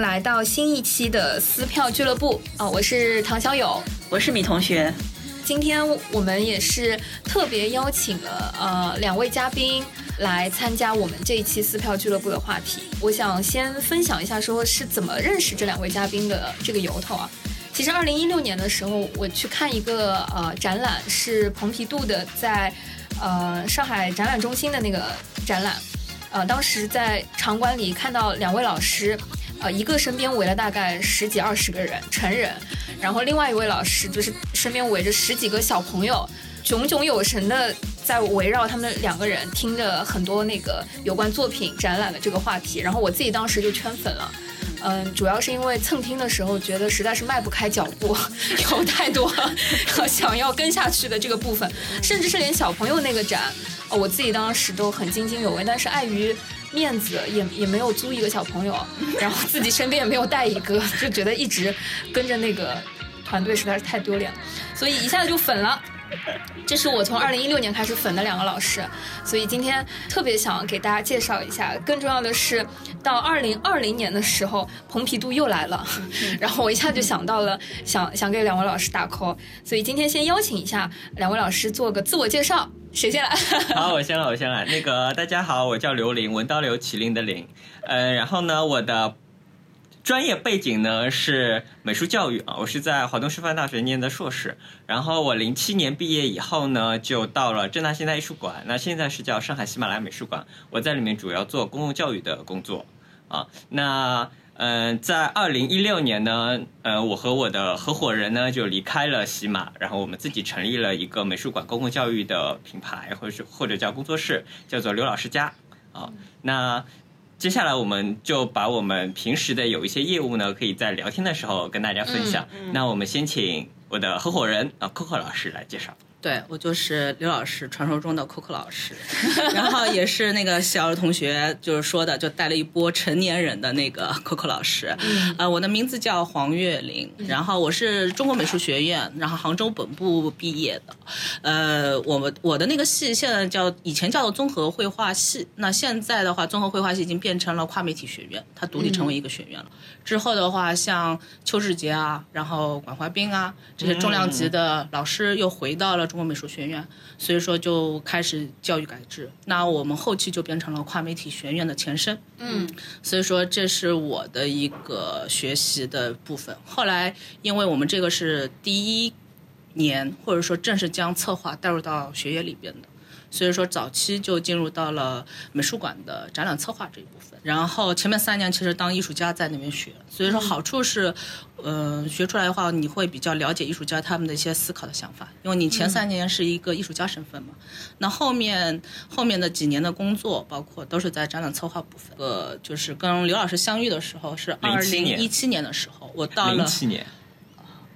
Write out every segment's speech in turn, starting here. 来到新一期的撕票俱乐部啊、我是唐小友。我是米同学，今天我们也是特别邀请了呃两位嘉宾来参加我们这一期撕票俱乐部的话题。我想先分享一下，说是怎么认识这两位嘉宾的这个由头啊。其实，二零一六年的时候，我去看一个呃展览，是蓬皮杜的在呃上海展览中心的那个展览。呃，当时在场馆里看到两位老师，呃，一个身边围了大概十几二十个人，成人，然后另外一位老师就是身边围着十几个小朋友，炯炯有神的在围绕他们两个人，听着很多那个有关作品展览的这个话题，然后我自己当时就圈粉了。嗯，主要是因为蹭听的时候觉得实在是迈不开脚步， 有太多想要跟下去的这个部分，甚至是连小朋友那个展，呃我自己当时都很津津有味，但是碍于面子也也没有租一个小朋友，然后自己身边也没有带一个，就觉得一直跟着那个团队实在是太丢脸了，所以一下子就粉了。这是我从二零一六年开始粉的两个老师，所以今天特别想给大家介绍一下。更重要的是，到二零二零年的时候，蓬皮杜又来了，然后我一下就想到了，想想给两位老师打 call，所以今天先邀请一下两位老师做个自我介绍，谁先来？ 好，我先来，我先来。那个大家好，我叫刘玲，文刀刘，麒麟的麟。嗯，然后呢，我的专业背景呢是美术教育啊，我是在华东师范大学念的硕士。然后我零七年毕业以后呢，就到了正大现代艺术馆，那现在是叫上海喜马拉雅美术馆。我在里面主要做公共教育的工作啊。那嗯、呃在二零一六年呢，呃，我和我的合伙人呢就离开了喜马，然后我们自己成立了一个美术馆公共教育的品牌，或者是或者叫工作室，叫做刘老师家啊。嗯那接下来我们就把我们平时的有一些业务呢，可以在聊天的时候跟大家分享。嗯那我们先请我的合伙人啊，Coco 老师来介绍。对我就是刘老师，传说中的 Coco 老 师，然后也是那个小儿同学就是说的，就带了一波成年人的那个 Coco 老师。呃，我的名字叫黄月玲，然后我是中国美术学院，然后杭州本部毕业的。呃，我们我的那个系现在叫以前叫做综合绘画系，那现在的话，综合绘画系已经变成了跨媒体学院，它独立成为一个学院了。之后的话，像邱志杰啊，然后管怀斌啊这些重量级的老师又回到了中国美术学院，所以说就开始教育改制。那我们后期就变成了跨媒体学院的前身。嗯，所以说这是我的一个学习的部分。后来，因为我们这个是第一年，或者说正式将策划带入到学业里边的，所以说早期就进入到了美术馆的展览策划这一部分。然后前面三年其实当艺术家在那边学，所以说嗯好处是，呃，学出来的话你会比较了解艺术家他们的一些思考的想法，因为你前嗯三年是一个艺术家身份嘛。那后面后面的几年的工作，包括都是在展览策划部分。呃，就是跟刘老师相遇的时候是二07零年一七年的时候，我到零了七年，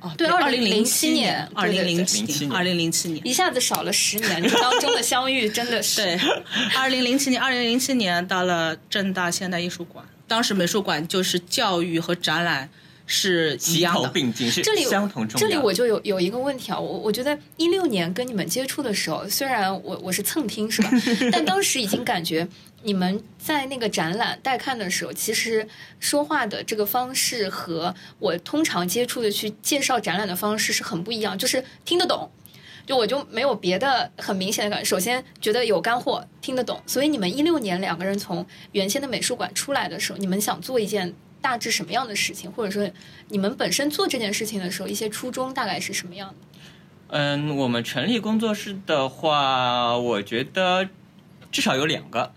哦，对二零2007年年，二零零对对对二零零七年。一下子少了十年，这当中的相遇真的是对，二零零七年，二零零七年到了正大现代艺术馆，当时美术馆就是教育和展览是一齐样头的。并进是这里相同重要。这里我就有有一个问题啊，我我觉得一六年跟你们接触的时候，虽然我我是蹭听 是吧，但当时已经感觉你们在那个展览带看的时候，其实说话的这个方式和我通常接触的去介绍展览的方式是很不一样，就是听得懂。就我就没有别的很明显的感，首先觉得有干货，听得懂。所以你们一六年两个人从原先的美术馆出来的时候，你们想做一件大致什么样的事情，或者说你们本身做这件事情的时候，一些初衷大概是什么样的？嗯，我们成立工作室的话，我觉得至少有两个。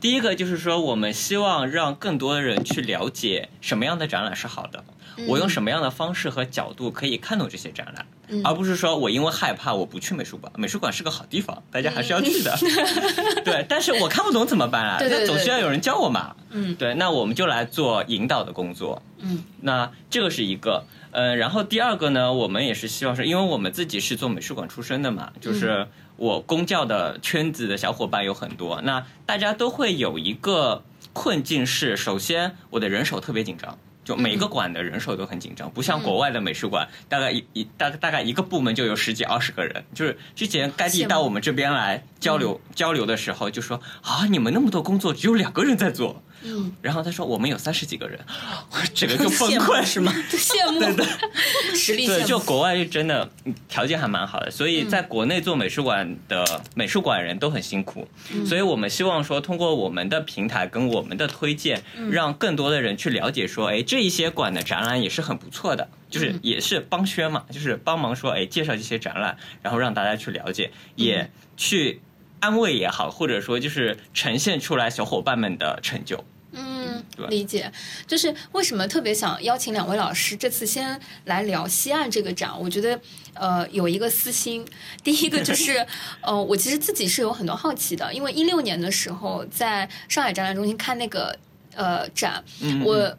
第一个就是说，我们希望让更多的人去了解什么样的展览是好的，我用什么样的方式和角度可以看懂这些展览，嗯而不是说我因为害怕我不去美术馆。美术馆是个好地方，大家还是要去的。 对，但是我看不懂怎么办嗯啊？对对对那总需要有人教我嘛。嗯对，那我们就来做引导的工作。嗯，那这个是一个，呃，然后第二个呢，我们也是希望是，因为我们自己是做美术馆出身的嘛，嗯就是我公教的圈子的小伙伴有很多，那大家都会有一个困境是，首先我的人手特别紧张。就每个馆的人手都很紧张，不像国外的美术馆，大概一一大大概一个部门就有十几二十个人。就是之前该羡地慕到我们这边来交流、交流的时候，就说啊，你们那么多工作，只有两个人在做，嗯，然后他说我们有三十几个人， 我整个就崩溃是吗？羡 慕， 实力羡对，慕，就国外是真的嗯条件还蛮好的，所嗯以在国内做美术馆的美术馆人都很辛苦，嗯所以我们希望说通过我们的平台跟我们的推荐，嗯让更多的人去了解说，哎，这一些馆的展览也是很不错的，就是嗯也是帮宣嘛，就是帮忙说，哎，介绍这些展览，然后让大家去了解，嗯也去安慰也好，或者说就是呈现出来小伙伴们的成就。嗯对，理解。就是为什么特别想邀请两位老师这次先来聊西岸这个展？我觉得，呃，有一个私心。第一个就是， 呃，我其实自己是有很多好奇的，因为一六年的时候在上海展览中心看那个呃展，嗯，我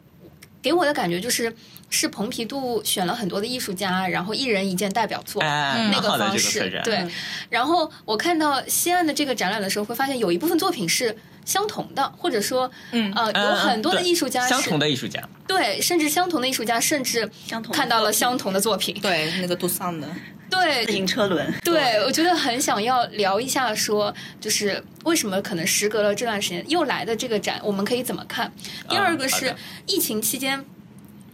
给我的感觉就是是蓬皮杜选了很多的艺术家，然后一人一件代表作。哎，呃嗯那蛮个好的这方个式策展，对嗯，然后我看到西岸的这个展览的时候，会发现有一部分作品是相同的，或者说，嗯呃，嗯有很多的对艺术家是相同的艺术家，对，甚至相同的艺术家，甚至相同的看到了作品相同的作品。对，那个杜桑的，自对，行车轮，对，我觉得很想要聊一下说，就是为什么可能时隔了这段时间又来的这个展，我们可以怎么看？第二个嗯好是的疫情期间。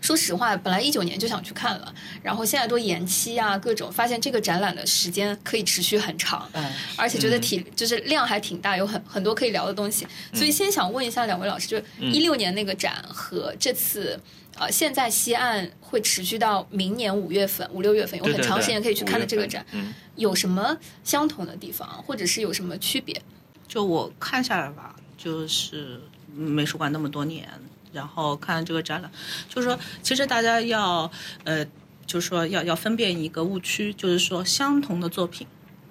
说实话，本来一九年就想去看了，然后现在都延期啊，各种发现这个展览的时间可以持续很长，嗯，而且觉得体、就是量还挺大，有很很多可以聊的东西。嗯所以先想问一下两位老师，就一六年那个展和这次。呃，现在西岸会持续到明年五月份、五六月份，有对很对长时对间可以去看的这个5月份展，嗯。有什么相同的地方，或者是有什么区别？就我看下来吧，就是美术馆那么多年，然后看这个展览，就是说，其实大家要呃，就是说要要分辨一个误区，就是说相同的作品。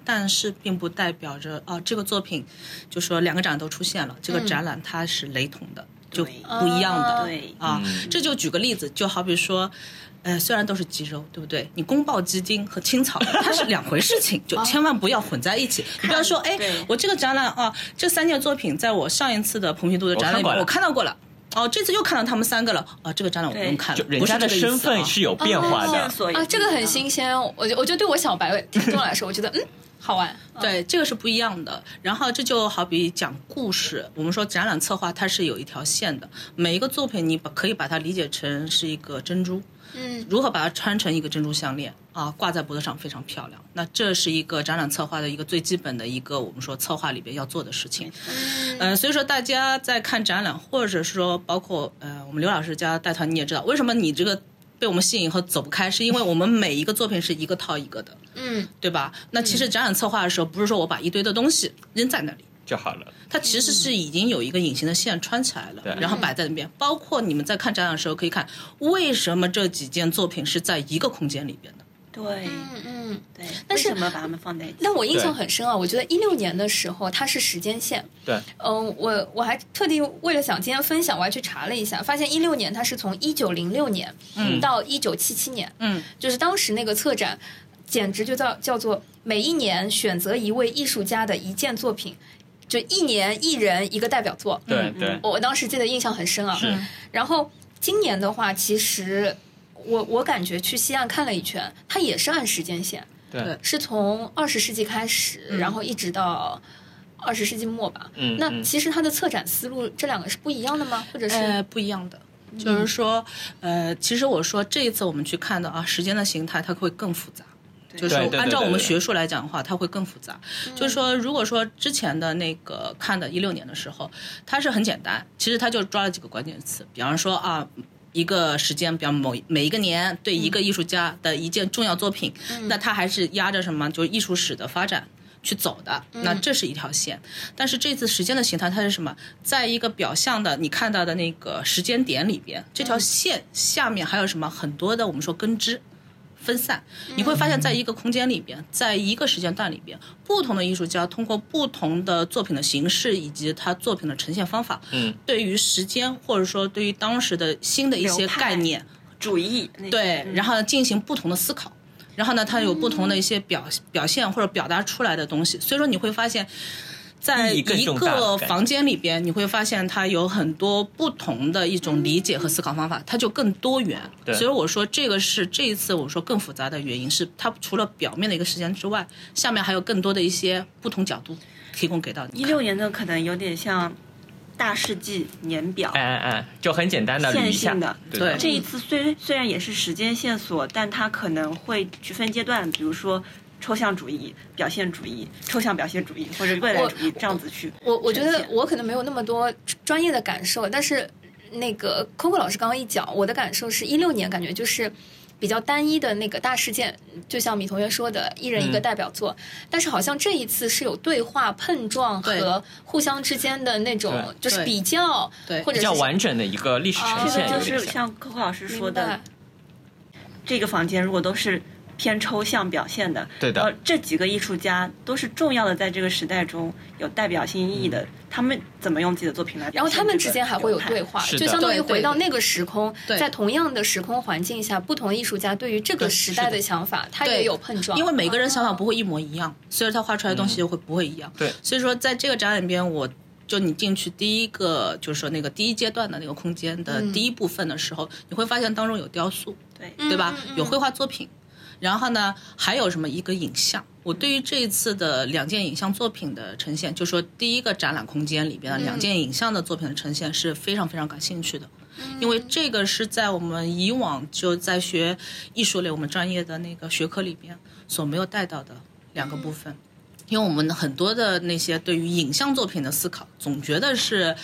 但是并不代表着啊、这个作品，就说两个展都出现了，这个嗯展览它是雷同的，就对哦不一样的。啊对，啊嗯，这就举个例子，就好比说，呃，虽然都是鸡肉，对不对？你宫爆鸡丁和青草它是两回事情，就千万不要混在一起。你不要说，哎对，我这个展览啊，这三件作品在我上一次的蓬皮杜的展览里面我我看看到过了，哦，这次又看到他们三个了，哦，这个展览我不用对看了就，人不是家的这个意思身份啊是有变化的哦线，索也嗯啊，不这个一很样新鲜，我觉我觉得对我小白听众来说，我觉得嗯好玩。啊，对，这个是不一样的。然后这就好比讲故事，我们说展览策划它是有一条线的，每一个作品你把可以把它理解成是一个珍珠，嗯如何把它穿成一个珍珠项链啊，挂在脖子上非常漂亮。那这是一个展览策划的一个最基本的一个我们说策划里边要做的事情。呃，所以说大家在看展览，或者是说包括呃我们刘老师家带团，你也知道为什么你这个被我们吸引以后走不开，是因为我们每一个作品是一个套一个的，嗯对吧？那其实展览策划的时候，不是说我把一堆的东西扔在那里。就好了。它其实是已经有一个隐形的线穿起来了，对然后摆在那边。包括你们在看展览的时候，可以看为什么这几件作品是在一个空间里边的。对嗯嗯。对，但是哎为什么把它们放在一起？但我印象对很深啊，我觉得一六年的时候它是时间线，对，嗯，我我还特地为了想今天分享，我还去查了一下，发现一六年它是从一九零六年嗯到一九七七年，嗯，就是当时那个策展，简直就叫叫做每一年选择一位艺术家的一件作品，就一年一人一个代表作。对嗯对，我我当时记得印象很深啊。是然后今年的话，其实我我感觉去西岸看了一圈，它也是按时间线，对对，是从二十世纪开始，然后一直到二十世纪末吧。嗯那嗯其实它的策展思路，这两个是不一样的吗？或者是、呃，不一样的。就是说，呃，其实我说这一次我们去看的啊，时间的形态它会更复杂。就是对对对按照我们对对学术来讲的话，它会更复杂。就是说，如果说之前的那个看的一六年的时候，它是很简单，其实它就抓了几个关键词，比方说啊。一个时间，比方某每一个年对一个艺术家的一件重要作品，那它还是压着什么，就是艺术史的发展去走的。那这是一条线，但是这次时间的形态，它是什么？在一个表象的你看到的那个时间点里边，这条线下面还有什么很多的我们说根枝，分散，你会发现在一个空间里边，在一个时间段里边，不同的艺术家通过不同的作品的形式以及他作品的呈现方法，嗯，对于时间或者说对于当时的新的一些流派概念，主义那对，然后后进行不同的思考。然后呢，它有不同的一些表、表现或者表达出来的东西，所以说你会发现，在意义更一重大个感觉房间里边，你会发现它有很多不同的一种理解和思考方法，它就更多元。对所以我说这个是这一次我说更复杂的原因是，它除了表面的一个时间之外，下面还有更多的一些不同角度提供给到你一看。六年的可能有点像大世纪年表。哎哎哎，就很简单的捋一线下性的，的对这一次虽虽然也是时间线索，但它可能会区分阶段，比如说抽象主义、表现主义、抽象表现主义或者未来主义这样子去。我我觉呈得现我可能没有那么多专业的感受，但是那个 Coco 老师刚刚一讲，我的感受是一六年感觉就是。比较单一的那个大事件，就像米同学说的，一人一个嗯代表作。但是好像这一次是有对话、碰撞对和互相之间的那种，就是对比较，对或者比是较完整的一个历史呈这现，个哦就有点是像。像可可老师说明的白，这个房间如果都是偏抽象表现的，对的呃，这几个艺术家都是重要的，在这个时代中有代表性意义嗯的，他们怎么用自己的作品来然表后现这哦他们个流派？之间还会有对话，是就的相当于对对回到对那个时空，对在同样的时空环境下，不同艺术家对于这个对时是代的的想法，他对也有碰撞。因为每个人想法不会一模一样，所以他画出来的东西就会不会一样。对所以说在这个展览里边，我就你进去第一个就是说那个第一阶段的那个空间的嗯第一部分的时候，你会发现当中有雕塑，对，对吧？嗯嗯嗯有绘画作品，然后呢，还有什么一个影像。我对于这一次的两件影像作品的呈现，就说第一个展览空间里嗯边的两件影像的作品的呈现是非常非常感兴趣的，嗯因为这个是在我们以往就在学艺术类我们专业的那个学科里边所没有带到的两个部分。因为我们很多的那些对于影像作品的思考，总觉得是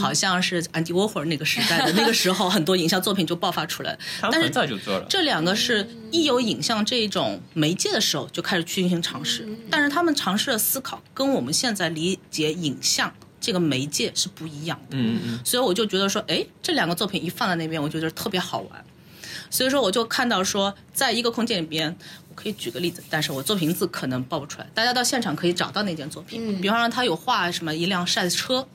好像是安迪沃霍尔那个时代的那个时候，很多影像作品就爆发出来。他但们是很早就做了，这两个是一有影像这一种媒介的时候就开始进行尝试，但是他们尝试的思考跟我们现在理解影像这个媒介是不一样的，嗯嗯所以我就觉得说，哎，这两个作品一放在那边，我就觉得特别好玩。所以说，我就看到说，在一个空间里边，我可以举个例子，但是我作品字可能报不出来，大家到现场可以找到那件作品。嗯比方说，他有画什么一辆赛车，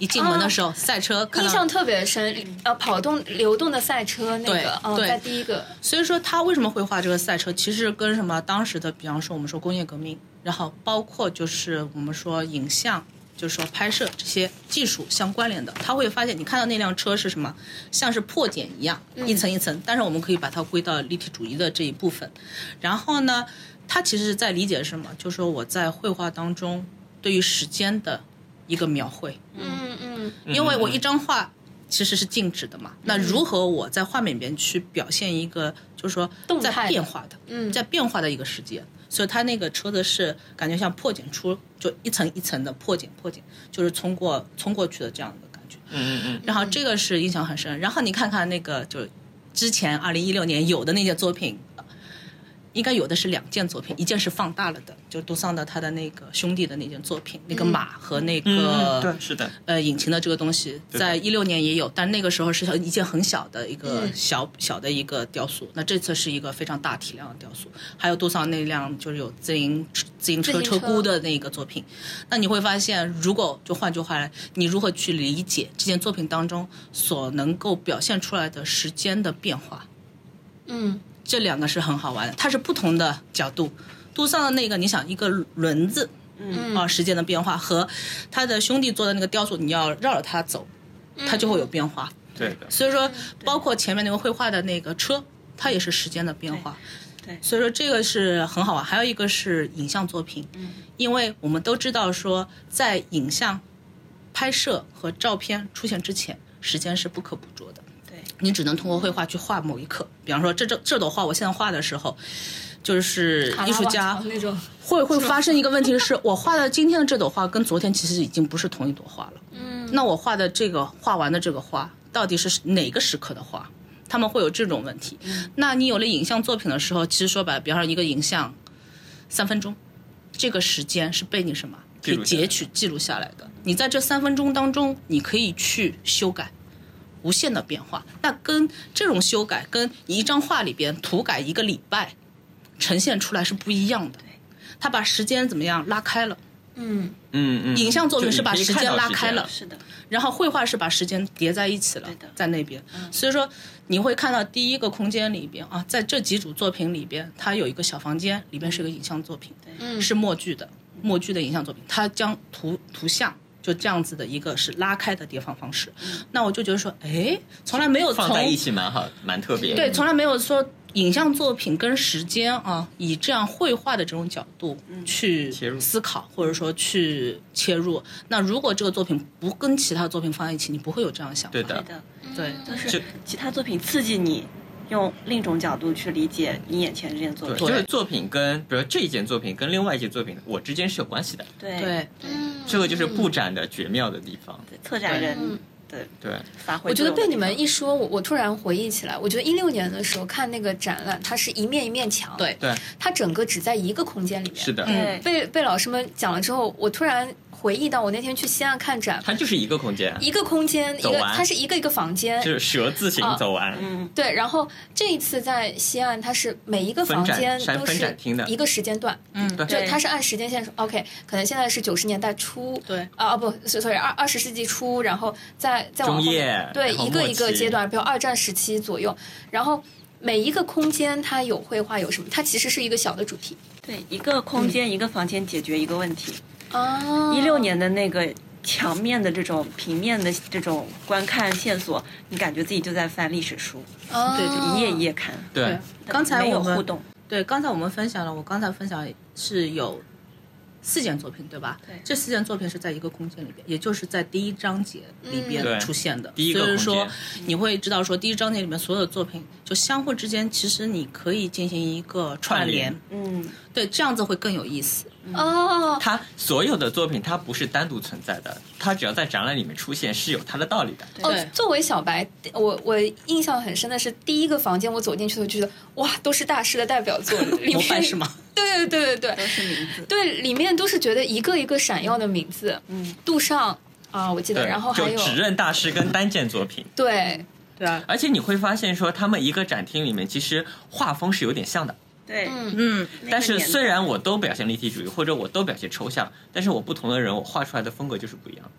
一进门的时候，赛车看啊印到象特别深，呃，跑动流动的赛车那对个，嗯、对在第一个，所以说他为什么会画这个赛车，其实跟什么当时的，比方说我们说工业革命，然后包括就是我们说影像，就是说拍摄这些技术相关联的，他会发现你看到那辆车是什么，像是破茧一样，一层一层，但是我们可以把它归到立体主义的这一部分。然后呢，他其实是在理解什么，就是说我在绘画当中对于时间的一个描绘。嗯嗯，嗯，因为我一张画其实是静止的嘛，那如何我在画面里边去表现一个，就是说动态在的变化的，嗯在变化的一个世界，所以它那个车子是感觉像破茧出，就一层一层的破茧破茧，就是冲过冲过去的这样的感觉。嗯嗯嗯，然后这个是印象很深。然后你看看那个，就是之前二零一六年有的那些作品，呃应该有的是两件作品，一件是放大了的，就杜桑的他的那个兄弟的那件作品，那个马和那个、嗯对，是的，呃引擎的这个东西，对的在一六年也有，但那个时候是一件很小的一个嗯小、小的一个雕塑。那这次是一个非常大体量的雕塑，还有杜尚那辆就是有自行自行车自行车车箍的那个作品。那你会发现，如果就换句话来，你如何去理解这件作品当中所能够表现出来的时间的变化？嗯这两个是很好玩的，它是不同的角度。杜尚的那个，你想一个轮子，嗯，啊，时间的变化和他的兄弟做的那个雕塑，你要绕着它走，它就会有变化。对的，所以说，包括前面那个绘画的那个车，它也是时间的变化。对对所以说这个是很好玩。啊还有一个是影像作品，嗯因为我们都知道说，在影像拍摄和照片出现之前，时间是不可捕捉的。对，你只能通过绘画去画某一刻，比方说这这这朵花，我现在画的时候，就嗯是卡拉艺术瓦家乔那种，会会发生一个问题是，我画的今天的这朵花跟昨天其实已经不是同一朵花了。嗯，那我画的这个画完的这个花，到底是哪个时刻的花？他们会有这种问题。那你有了影像作品的时候，其实说白了，比方说一个影像，三分钟，这个时间是被你什么给记录下来截取记录下来的。你在这三分钟当中，你可以去修改。无限的变化，那跟这种修改，跟你一张画里边涂改一个礼拜，呈现出来是不一样的。他把时间怎么样拉开了，嗯嗯嗯，影像作品就是把你可以时间看到拉开了时是的，然后绘画是把时间叠在一起了对的，嗯在那边，所以说你会看到第一个空间里边啊，在这几组作品里边，它有一个小房间，里边是个影像作品，嗯是默剧的，默剧的影像作品，它将图图像。就这样子的一个是拉开的叠放方嗯式，那我就觉得说，哎，从来没有间从放在一起蛮好，蛮特别，对，，从来没有说影像作品跟时间啊，以这样绘画的这种角度去嗯切入思考，或者说去切入。那如果这个作品不跟其他作品放在一起，你不会有这样想法。对对的，嗯的，对就是这其他作品刺激你，用另一种角度去理解你眼前这件作对，品。就是作品跟比如说这一件作品跟另外一件作品，我之间是有关系的，对对，嗯这个就是布展的绝妙的地方。对策展人的对，发挥我觉作得用的地方。被你们一说，我我突然回忆起来，我觉嗯得一六年的时候看那个展览，它是一面一面墙，对，对，它整个只在一个空间里面。是的，嗯对被被老师们讲了之后，我突然回忆到我那天去西岸看展，它就是一个空间，一个空间，一走个完它是一个一个房间就，是蛇字形啊走完。嗯，对。然后这一次在西岸，它是每一个分房展间是按都分是展厅的一个时间段，嗯，对就对它是按时间线说，OK，可能现在是九十年代初，对啊啊不是，sorry，二二十世纪初，然后再再往后中叶面对然后一个末一个期阶段，比如二战时期左右，然后每一个空间它有绘画有什么，它其实是一个小的主题对，一个空间、一个房间解决一个问题。嗯啊一六年的那个墙面的这种平面的这种观看线索，你感觉自己就在翻历史书，啊对就一页一页看。对，嗯刚才没我有们嗯互动，对，刚才我们分享了，我刚才分享是有四件作品，对吧？对这四件作品是在一个空间里边，也就是在第一章节里嗯边出现的。第一个所以空说间，你会知道说，第一章节里面所有的作品就相互之间，其实你可以进行一个串串联联，嗯，对，这样子会更有意思。哦，它所有的作品它不是单独存在的，它只要在展览里面出现是有它的道理的。对哦，作为小白，我我印象很深的是第一个房间，我走进去的时候就觉得哇，都是大师的代表作，里模面板是？吗？对对对对都对是名字。对，里面都是觉得一个一个闪耀的名字，嗯，杜尚啊，我记得，对，然后还就有只认大师跟单件 作品，对对啊，而且你会发现说，他们一个展厅里面其实画风是有点像的。对，嗯嗯，那个但是年代虽然我都表现立体主义，或者我都表现抽象，但是我不同的人，我画出来的风格就是不一样。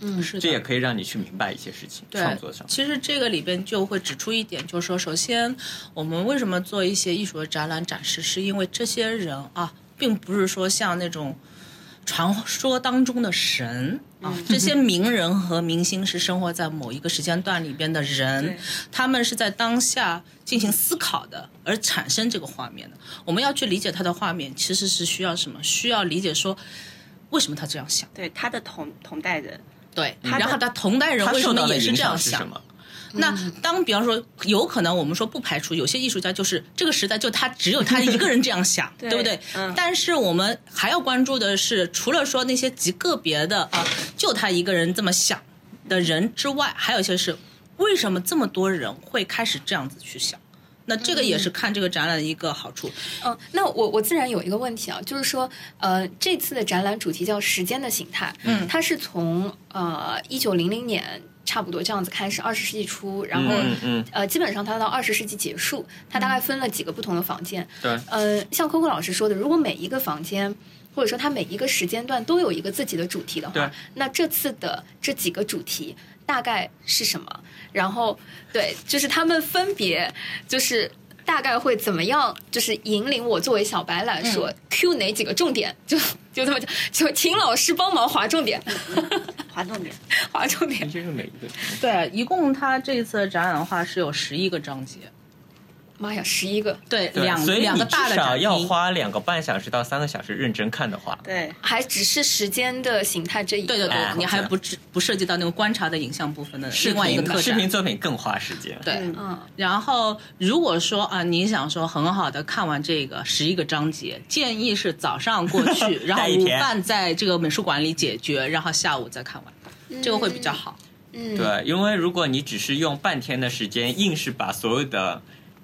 嗯是的。这也可以让你去明白一些事情，对创作上。其实这个里边就会指出一点，就是说，首先我们为什么做一些艺术的展览展示，是因为这些人啊，并不是说像那种传说当中的神啊，嗯这些名人和明星是生活在某一个时间段里边的人对，他们是在当下进行思考的，而产生这个画面的。我们要去理解他的画面，其实是需要什么？需要理解说。为什么他这样想？对他的同同代人，对，的然后他同代人他为什受么到的也是影这样响是想什？么？那当比方说，有可能我们说不排除有些艺术家就是这个时代就他只有他一个人这样想， 对不对？嗯但是我们还要关注的是，除了说那些极个别的啊，就他一个人这么想的人之外，还有一些是为什么这么多人会开始这样子去想？那这个也是看这个展览的一个好处，嗯，那我我自然有一个问题啊，就是说，呃，这次的展览主题叫“时间的形态”，嗯它是从呃一九零零年差不多这样子开始，二十世纪初，啊然后、嗯嗯，呃，基本上它到二十世纪结束，它大概分了几个不同的房间。嗯对，呃，像 Coco 老师说的，如果每一个房间或者说它每一个时间段都有一个自己的主题的对话，那这次的这几个主题大概是什么？然后对，就是他们分别就是。大概会怎么样？就是引领我作为小白来说、q 嗯哪几个重点？就就这么讲，就请老师帮忙划重点，嗯滑动点，划重点。这是每一个。对，一共他这一次的展览的话是有十一个章节，妈呀，十一个，对，对，两所以两你个至大的展少厅要花两个半小时到三个小时认真看的话，对，还只是时间的形态这一个。对对对，哎你还不至不涉及到那个观察的影像部分的视另外一个特频视展。频作品更花时间。对，嗯嗯，然后如果说啊，你想说很好的看完这个十一个章节，建议是早上过 去，然后带一午天饭在这个美术馆里解决，然后下午再看完，这个会比较好。嗯，对，因为如果你只是用半天的时间，硬是把所有的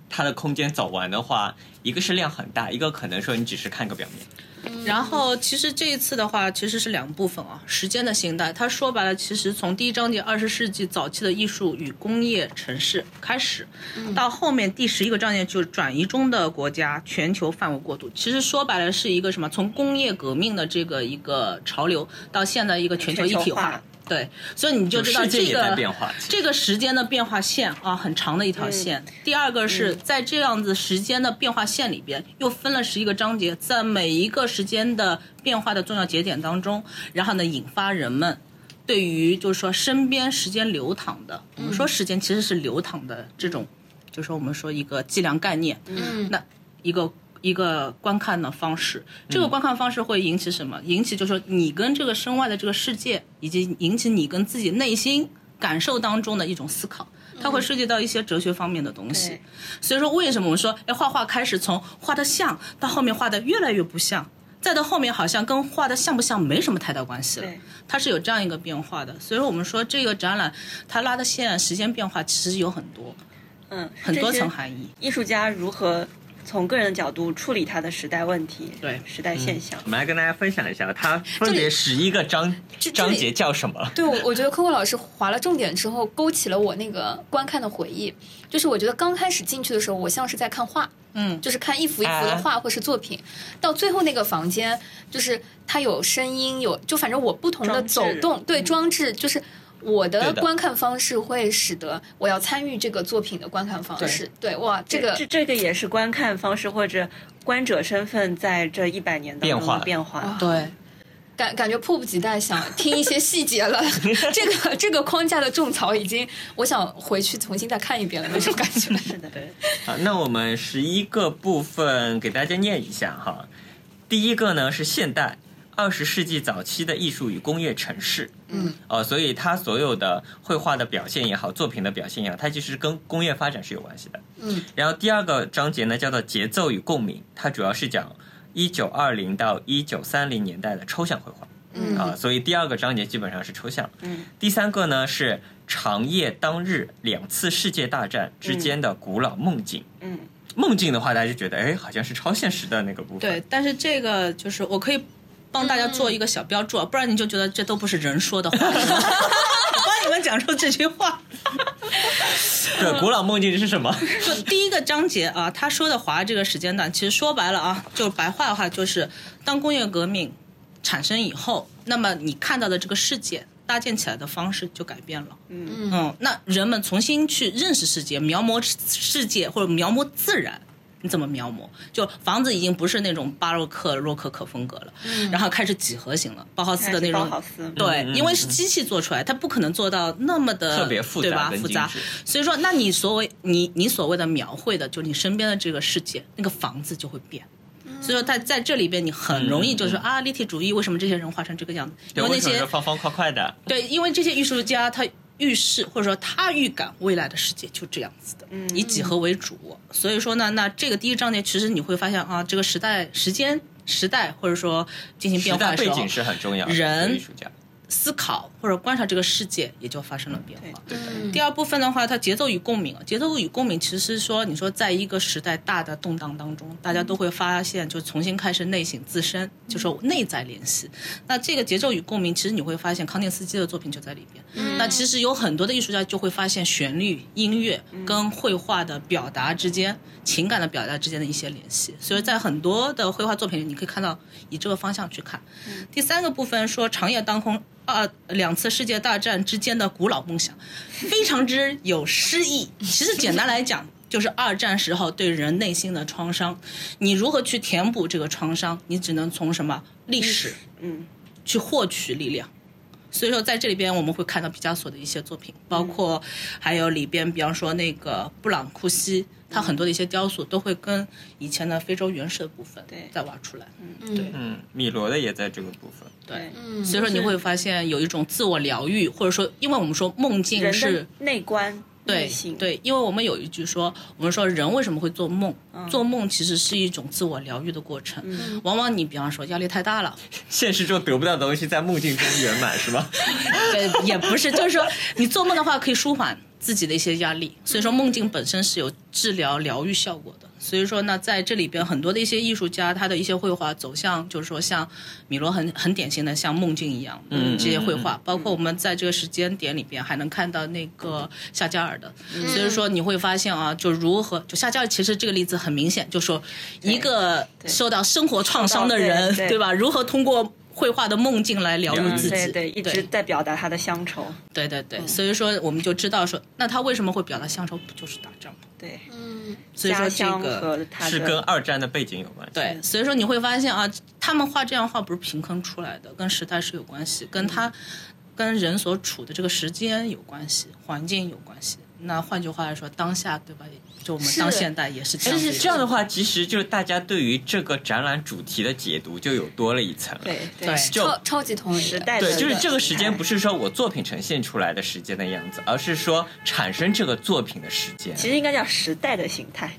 它的空间走完的话，一个是量很大，一个可能说你只是看个表面。嗯然后其实这一次的话，其实是两部分啊，时间的形态。它说白了，其实从第一章节二十世纪早期的艺术与工业城市开始，嗯到后面第十一个章节就是转移中的国家全球范围过渡。其实说白了是一个什么？从工业革命的这个一个潮流到现在一个全球一全体球化对，所以你就知道世界这也在个变化。这个时间的变化线啊，很长的一条线。第二个是在这样子时间的变化线里边，又分了十一个章节，在每一个时间的变化的重要节点当中，然后呢，引发人们对于就是说身边时间流淌的，我们说时间其实是流淌的这种就说我们说一个计量概念，嗯那一个一个观看的方式。嗯这个观看方式会引起什么？引起就是说你跟这个身外的这个世界，以及引起你跟自己内心感受当中的一种思考。嗯它会涉及到一些哲学方面的东西对，所以说为什么我们说，哎，画画开始从画的像到后面画的越来越不像，再到后面好像跟画的像不像没什么太大关系了对。它是有这样一个变化的，所以说我们说这个展览它拉的线时间变化其实有很多嗯，很多这些层含义。艺术家如何从个人的角度处理他的时代问题、对时代现象我。们来跟大家分享一下，它分别十一个章这里章节叫什么？对，我我觉得科科老师划了重点之后，勾起了我那个观看的回忆。就是我觉得刚开始进去的时候，我像是在看画，嗯，就是看一幅一幅的画或是作品。到最后那个房间，就是它有声音，有就反正我不同的装置走动，对装置就是。我的对的观看方式会使得我要参与这个作品的观看方式。对，哇，这个这这个也是观看方式或者观者身份在这一百年当中的变变化。哇对，感感觉迫不及待想听一些细节了。这个这个框架的种草已经，我想回去重新再看一遍了那种感觉。是的，对，啊，那我们十一个部分给大家念一下哈。第一个呢是现代二十世纪早期的艺术与工业城市，嗯，呃，所以它所有的绘画的表现也好，作品的表现也好，它其实跟工业发展是有关系的。嗯，然后第二个章节呢叫做节奏与共鸣，它主要是讲一九二零到一九三零年代的抽象绘画。嗯啊，所以第二个章节基本上是抽象。嗯，第三个呢是长夜当日两次世界大战嗯之间的古老梦境。嗯，梦境的话，大家就觉得哎，好像是超现实的那个部分。对，，但是这个就是我可以帮大家做一个小标注，啊，不然你就觉得这都不是人说的话。我帮你们讲出这句话。对，古老梦境是 什么？就第一个章节啊，他说的华这个时间段，其实说白了啊，就是白话的话，就是当工业革命产生以后，那么你看到的这个世界搭建起来的方式就改变了。嗯嗯，那人们重新去认识世界，描摹世界或者描摹自然。你怎么描摹？就房子已经不是那种巴洛克、洛可可风格了，然后开始几何型了，包豪斯的那种嗯包豪斯，对，嗯嗯因为是机器做出来，它不可能做到那么的特别复杂对吧？跟复精杂致。所以说，那你所谓你你所谓的描绘的，就是你身边的这个世界，那个房子就会变。所以说，在在这里边，你很容易就是、嗯嗯啊，立体主义为什么这些人画成这个样子？因对，那为什么些是方方块块的？对，因为这些艺术家他预示或者说他预感未来的世界就这样子的，嗯以几何为主。所以说呢，那这个第一章节其实你会发现啊，这个时代时间时代或者说进行时变化代的时背候，景是很重要的。人对艺术家，思考或者观察这个世界也就发生了变化。对嗯第二部分的话，它节奏与共鸣啊，节奏与共鸣其实是说，你说在一个时代大的动荡当中，大家都会发现，就重新开始内省自身，就说内在联系。那这个节奏与共鸣，其实你会发现康定斯基的作品就在里边。那其实有很多的艺术家就会发现旋律、音乐跟绘画的表达之间、情感的表达之间的一些联系。所以在很多的绘画作品里，你可以看到以这个方向去看。第三个部分说长夜当空。二两次世界大战之间的古老梦想，非常之有诗意。其实简单来讲，就是二战时候对人内心的创伤，你如何去填补这个创伤？你只能从什么历史嗯，去获取力量。所以说，在这里边我们会看到毕加索的一些作嗯品，包括还有里边，比方说那个布朗库西，他很多的一些雕塑都会跟以前的非洲原始的部分对再挖出来。嗯嗯，米罗的也在这个部分。对，嗯，所以说你会发现有一种自我疗愈，或者说，因为我们说梦境人是的内观、内对省，对，因为我们有一句说，我们说人为什么会做梦？做梦其实是一种自我疗愈的过程。往往你比方说压力太大了，现实中得不到的东西，在梦境中圆满，是吗？对，也不是，就是说你做梦的话可以舒缓自己的一些压力，所以说梦境本身是有治疗疗愈效果的。所以说呢，在这里边很多的一些艺术家，他的一些绘画走向，就是说像米罗很很典型的像梦境一样，嗯这些绘画嗯，包括我们在这个时间点里边还能看到那个夏加尔的，嗯所以说你会发现啊，就如何就夏加尔其实这个例子很明显，就说一个受到生活创伤的受到对人，对对吧？如何通过绘画的梦境来疗愈疗愈自己，对对，一直在表达他的乡愁，对对嗯对，所以说我们就知道说，那他为什么会表达乡愁，不就是打仗吗？对，嗯所以说家这乡个和嗯他是跟的二战的背景有关系。对，所以说你会发现啊，他们画这样画不是凭空出来的，跟时代是嗯有关系，跟他、跟人所处的这个时间有关系，环境有关系。那换句话来说，当下对吧？就我们是当现代也是这样是的一是是个这样的话，其实就是大家对于这个展览主题的解读就有多了一层了。对对就超超级同意的时代对，的就是对这个时间哎不是说我作品呈现出来的时间的样子，而是说产生这个作品的时间。其实应该叫时代的形态。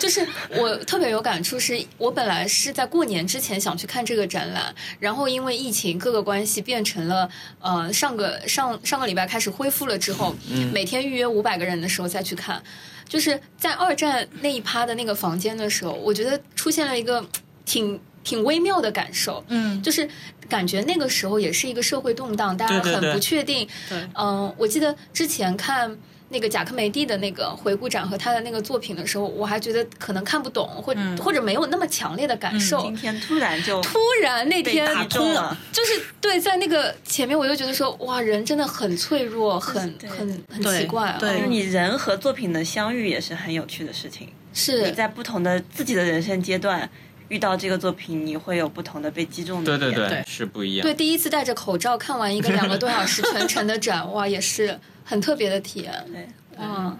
就是我特别有感触是，我本来是在过年之前想去看这个展览，然后因为疫情各个关系变成了呃上个上上个礼拜开始恢复了之后，嗯每天预约五百个人的时候再去看，就是在二战那一趴的那个房间的时候，我觉得出现了一个挺挺微妙的感受，嗯，就是感觉那个时候也是一个社会动荡，大家对对很对不确定，对，嗯，我记得之前看那个贾科梅蒂的那个回顾展和他的那个作品的时候，我还觉得可能看不懂，或、嗯或者没有那么强烈的感受。今天突然就突然那被天打中了，就是对，在那个前面我就觉得说，哇，人真的很脆弱，很对很很对奇怪、啊，对就是嗯你人和作品的相遇也是很有趣的事情。你是在不同的自己的人生阶段遇到这个作品，你会有不同的被击中对的对点。对，对是不一样。对第一次戴着口罩看完一个两个多小时全程的展，哇，也是很特别的体验， 对嗯，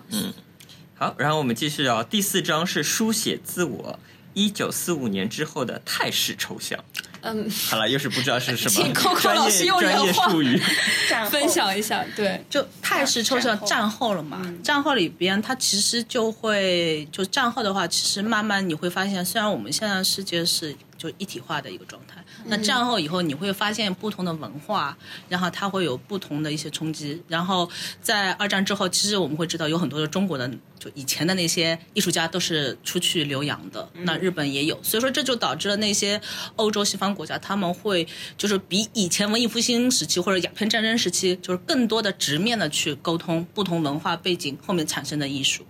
好，然后我们继续啊聊第四章是书写自我。一九四五年之后的泰式抽象，嗯，好了，又是不知道是什么请 Coco 专业老师用人专业话术语。战后分享一下，对，就泰式抽象战后战后了嘛，战后里边它其实就会就战后的话，其实慢慢你会发现，虽然我们现在世界是就一体化的一个状态，那战后以后你会发现不同的文化，然后它会有不同的一些冲击，然后在二战之后，其实我们会知道有很多的中国的就以前的那些艺术家都是出去留洋的，那日本也有，所以说这就导致了那些欧洲西方国家他们会就是比以前文艺复兴时期或者鸦片战争时期，就是更多的直面的去沟通不同文化背景后面产生的艺术。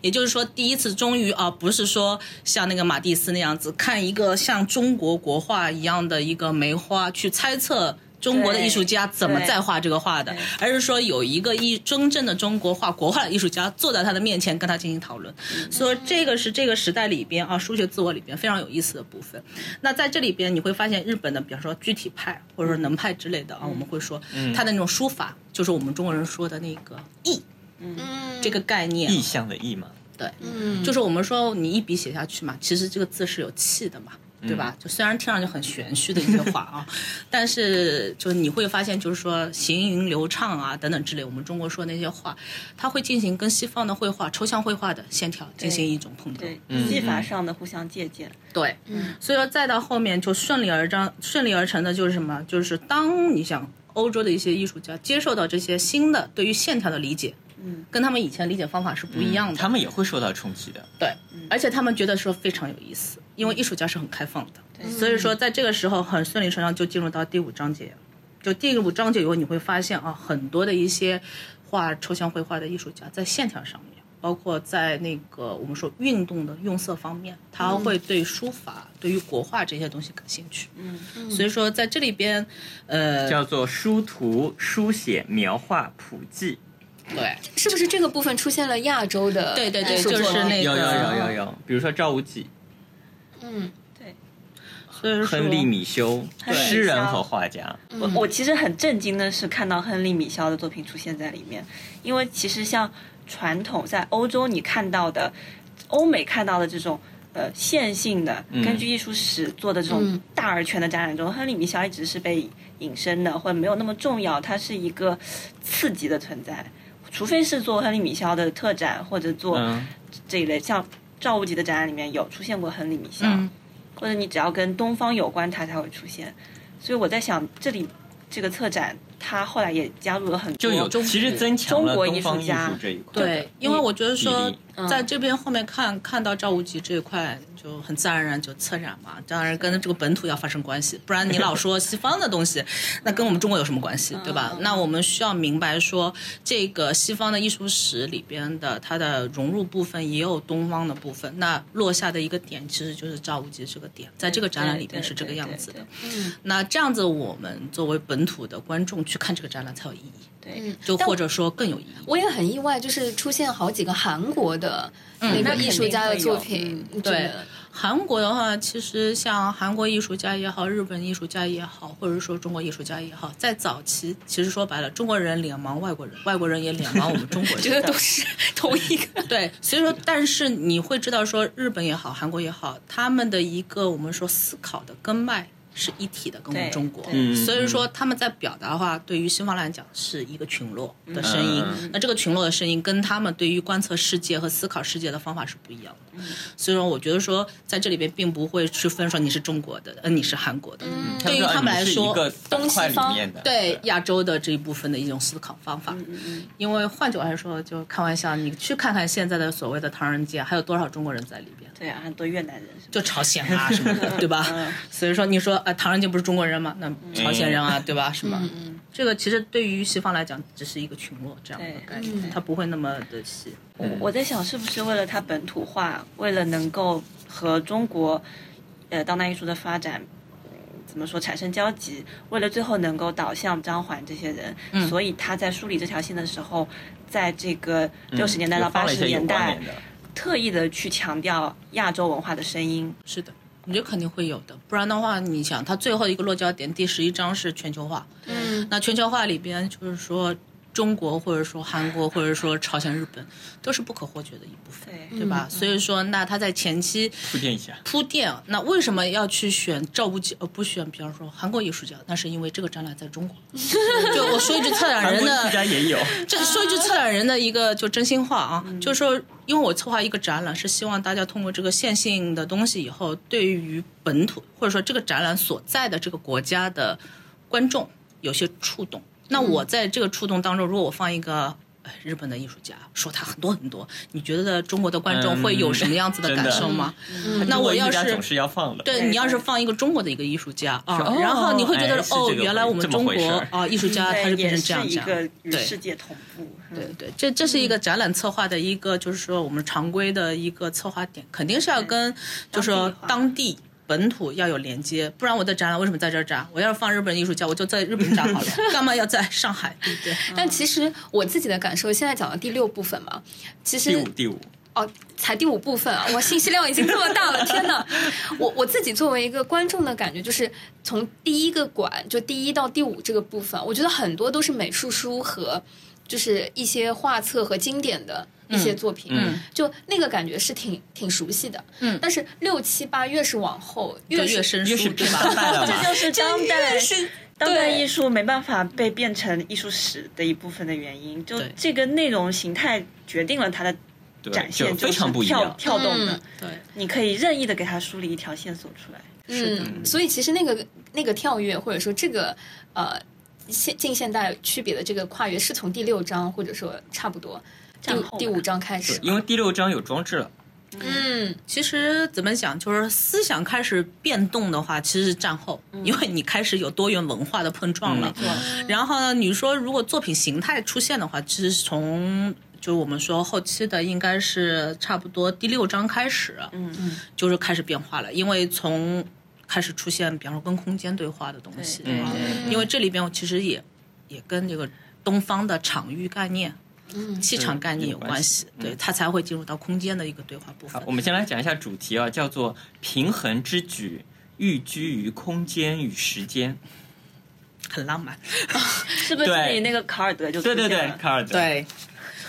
也就是说，第一次终于啊，不是说像那个马蒂斯那样子看一个像中国国画一样的一个梅花去猜测。中国的艺术家怎么在画这个画的对，而是说有一个艺真正的中国画国画的艺术家坐在他的面前跟他进行讨论，所以这个是这个时代里边啊，书学自我里边非常有意思的部分。那在这里边你会发现日本的，比方说具体派或者说能派之类的啊，我们会说他的那种书法，就是我们中国人说的那个意嗯，这个概念，意象的意嘛，对，嗯，就是我们说你一笔写下去嘛，其实这个字是有气的嘛，对吧？嗯就虽然听上去很玄虚的一些话啊， 但是就你会发现，就是说行云流畅啊等等之类，我们中国说那些话，它会进行跟西方的绘画、抽象绘画的线条进行一种碰撞。对嗯技法嗯上的互相借鉴，对，嗯所以说再到后面就顺理而章、顺理而成的就是什么？就是当你想欧洲的一些艺术家接受到这些新的对于线条的理解，嗯，跟他们以前理解方法是不不一样的。嗯他们也会受到冲击的。对，而且他们觉得说非常有意思，因为艺术家是很开放的，所以说在这个时候很顺理成章就进入到第五章节。就第五章节以后，你会发现啊，很多的一些画抽象绘画的艺术家在线条上面，包括在那个我们说运动的用色方面，他会对书法、对于国画这些东西感兴趣。嗯，所以说在这里边，呃，叫做书图、书写、描画、谱记。对是不是这个部分出现了亚洲的啊对对对，艺术就作是品那有有有个，有有，比如说赵无极、嗯对。嗯所以说亨利·米修，亨利米修诗人和画家。我我其实很震惊的是看到亨利·米肖的作品出现在里面，因为其实像传统在欧洲你看到的、欧美看到的这种呃线性的根据艺术史做的这种嗯大而全的展览中，亨利·米肖一直是被隐身的，或者没有那么重要，它是一个刺激的存在。除非是做亨利·米肖的特展或者做嗯，这一类，像赵无极的展览里面有出现过亨利·米肖，嗯，或者你只要跟东方有关，它才会出现。所以我在想，这里这个策展，它后来也加入了很多就有中其实增强了中国东艺方术艺家术这一块。对，因为我觉得说比例，在这边后面看看到赵无极这一块，就很自然而然就策展嘛，当然跟这个本土要发生关系，不然你老说西方的东西， 那跟我们中国有什么关系，对吧？那我们需要明白说，这个西方的艺术史里边的它的融入部分也有东方的部分，那落下的一个点其实就是赵无极这个点，在这个展览里边是这个样子的。那这样子，我们作为本土的观众去看这个展览才有意义，对对对嗯，就但或者说更有意义。我也很嗯意外，就是出现好几个韩国的那个艺术家的作品，你觉得嗯对，韩国的话，其实像韩国艺术家也好，日本艺术家也好，或者说中国艺术家也好，在早期，其实说白了，中国人脸盲外国人，外国人也脸盲我们中国人。觉得都是同一个。对，所以说，但是你会知道说，日本也好，韩国也好，他们的一个我们说思考的根脉是一体的，跟我们对中国。对嗯所以说，他们在表达的话，对于西方来讲是一个群落的声音。嗯那这个群落的声音跟他们对于观测世界和思考世界的方法是不一样的。嗯所以说，我觉得说在这里边并不会去分说你是中国的，呃，你是韩国的。 嗯对于他们来说它是按你是一个板块东西方里面的，对亚洲的这一部分的一种思考方嗯法，嗯因为换句话说，就开玩笑，你去看看现在的所谓的唐人街，还有多少中国人在里边？对啊，很多越南人什么的就朝鲜 啊什么的，对吧？嗯所以说你说啊，唐人街不是中国人吗？那朝鲜人啊，对吧？是吗？这个其实对于西方来讲，只是一个群落这样的对概念，嗯它不会那么的细。我在想，是不是为了它本土化，为了能够和中国呃当代艺术的发展。嗯怎么说产生交集？为了最后能够导向张环这些人，嗯所以他在梳理这条线的时候，在这个六嗯十年代到就放八了一十些有年关代联，的特意的去强调亚洲文化的声音。是的，我觉得肯定会有的，不然的话，你想它最后一个落脚点，第十一章是全球化，嗯，那全球化里边就是说。中国或者说韩国或者说朝鲜、日本都是不可或缺的一部分，对对嗯吧？所以说，那它在前期铺垫一下，铺垫。那为什么要去选赵无极，而不选比方说韩国艺术家？那是因为这个展览在中国。 就我说一句策展韩人国自的，家也 有，这说一句策展人的一个就真心话啊，嗯就是说，因为我策划一个展览，是希望大家通过这个线性的东西以后，对于本土或者说这个展览所在的这个国家的观众有些触动。那嗯我在这个触动当中，如果我放一个。呃日本的艺术家说他很多很多，你觉得中国的观众会有什么样子的嗯感受吗？那我中国艺术要家是总是要放的，对对你要是对放一个中国的一个艺术家啊，哦然后你会觉得哎是哦，这个原来回我们这么中回事国儿啊艺术家他对是变也成这样一这样个与对世界同步。对嗯对，这这是一个展览策划的一个，就是说我们常规的一个策划点，肯定是要跟就是说当当地。本土要有连接，不然我的展览为什么在这儿展？我要是放日本艺术家，我就在日本展好了，干嘛要在上海？对不对？嗯但其实我自己的感受，现在讲到第六部分嘛，其第实五第五，哦，才第五部分啊，我信息量已经这么大了，天哪！我我自己作为一个观众的感觉，就是从第一个馆，就第一到第五这个部分，我觉得很多都是美术书和就是一些画册和经典的一些作品，嗯就那个感觉是挺挺熟悉的，嗯但是六七八越是往后，就越是越生越疏，是对变吧？大了这嘛，就是当代越是当代对艺术没办法被变成艺术史的一部分的原因，就对这个内容形态决定了它的对展就现非是常不一跳样。跳动的嗯，对，你可以任意的给它梳理一条线索出来。是的嗯，所以其实那个那个跳跃，或者说这个呃现近现代区别的这个跨越，是从第六章或者说差不多第战后吧第五章开始对，。因为第六章有装置了，嗯，其实怎么讲，就是思想开始变动的话，其实是战后，嗯因为你开始有多元文化的碰撞了。然后呢，你说如果作品形态出现的话，其实是从就是我们说后期的，应该是差不多第六章开始，嗯就是开始变化了，因为从开始出现，比方说跟空间对话的东西，对啊嗯因为这里边我其实也也跟这个东方的场域概念。嗯气场概念有关系，嗯对它才会进入到空间的一个对话部分好，。啊我们先来讲一下主题啊，叫做平衡之举，寓居于空间与时间。很浪漫。是不是对你那个卡尔德就对对出现对了，卡尔德。。对，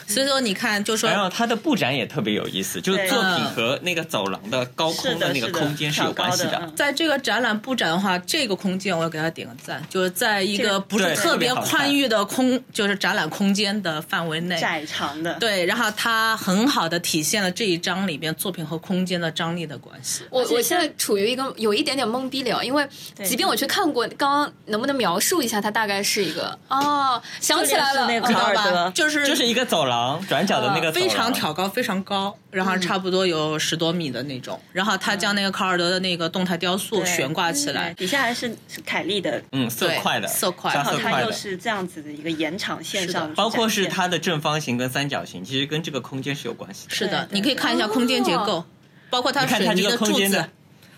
所以说你看，就说嗯然后他的布展也特别有意思，就是对作品和那个走廊的高是空的，那个是的空间是挑有关高系的。的。嗯在这个展览布展的话，这个空间我要给他点个赞，就是在一这个个不是对特别特别好看宽裕的空，就是展览空间的范围内。窄长的，对，然后它很好的体现了这一章里边作品和空间的张力的关系。我且我现像在处于一个有一点点懵逼了，因为对即便我去看过，刚刚能不能描述一下它大概是一个？哦，想起来了，这里是那知哦个道卡尔吧德？就是就是一个走廊，转角的那个走嗯呃非廊常挑高，非常高，然后差不多有十多米的那种。然后他将那个卡尔德的那个动态雕塑对悬挂起对来，底下还是是凯利的，嗯，色块的，对色块加然色后块它又的，是这样子的一个延长线是的上去展现，包括是它的正方形跟三角形，其实跟这个空间是有关系的。是的，对对你可以看一下空间结构哦，包括它你看水它泥这个空柱间子的，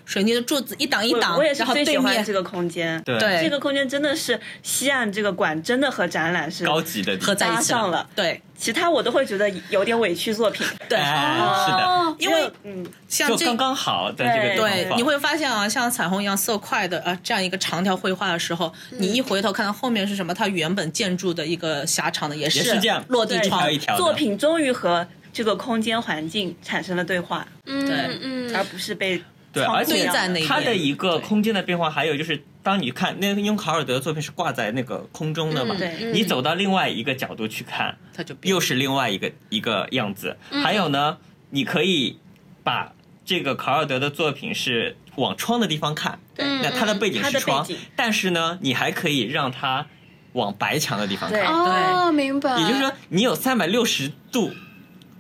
水泥的柱子一档一档我我也，是然后最喜对欢面这个空间，对对这个空间真的是西岸这个馆真的和展览是高级的地合方在一起搭上了对其他我都会觉得有点委屈作品。 对，哎是的，哦因为个嗯，像就这刚刚好的这个地对方，你会发现啊，像彩虹一样色块的啊，这样一个长条绘画的时候，嗯你一回头看到后面是什么，它原本建筑的一个狭长的也也是这样落地嗯对窗一条一，条的作品终于和这个空间环境产生了对话，嗯嗯而不是被对，窗户而且一对样在那它的边一个对空间的变化，还有就是当你看那个因为卡尔德的作品是挂在那个空中的嘛，嗯对你走到另外一个角度去看，它就变又是另外一个一个样子。嗯还有呢，你可以把这个卡尔德的作品是往窗的地方看，对嗯那它的背景它是的窗背景，但是呢，你还可以让它往白墙的地方对看，哦，明白。也就是说，你有三百六十度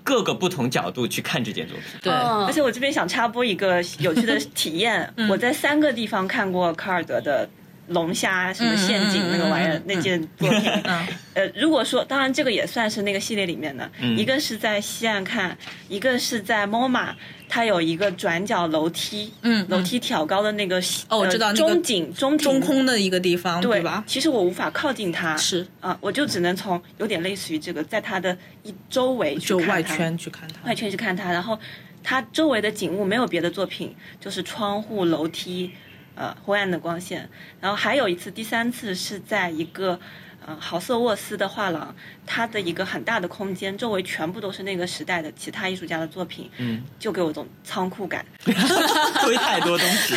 各个不同角度去看这件作品。对。嗯，而且我这边想插播一个 有趣的体验，嗯我在三个地方看过卡尔德的。龙虾什么陷阱嗯嗯嗯那个玩意儿嗯，那件作品 嗯，呃，如果说，当然这个也算是那个系列里面的，一个是在西岸看，一个是在 MoMA，它有一个转角楼梯，嗯嗯楼梯挑高的那个西，哦我知道呃那个中景中景中空的一个地方，对对吧？其实我无法靠近它，是啊，我就只能从有点类似于这个，在它的一周围去就看外它圈去看它外，圈去看它，然后它周围的景物没有别的作品，就是窗户、楼梯，呃，昏暗的光线。然后还有一次，第三次是在一个呃豪瑟沃斯的画廊，它的一个很大的空间，周围全部都是那个时代的其他艺术家的作品，嗯，就给我一种仓库感。 推太多东西，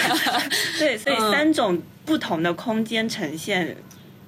对，所以嗯三种不同的空间呈现，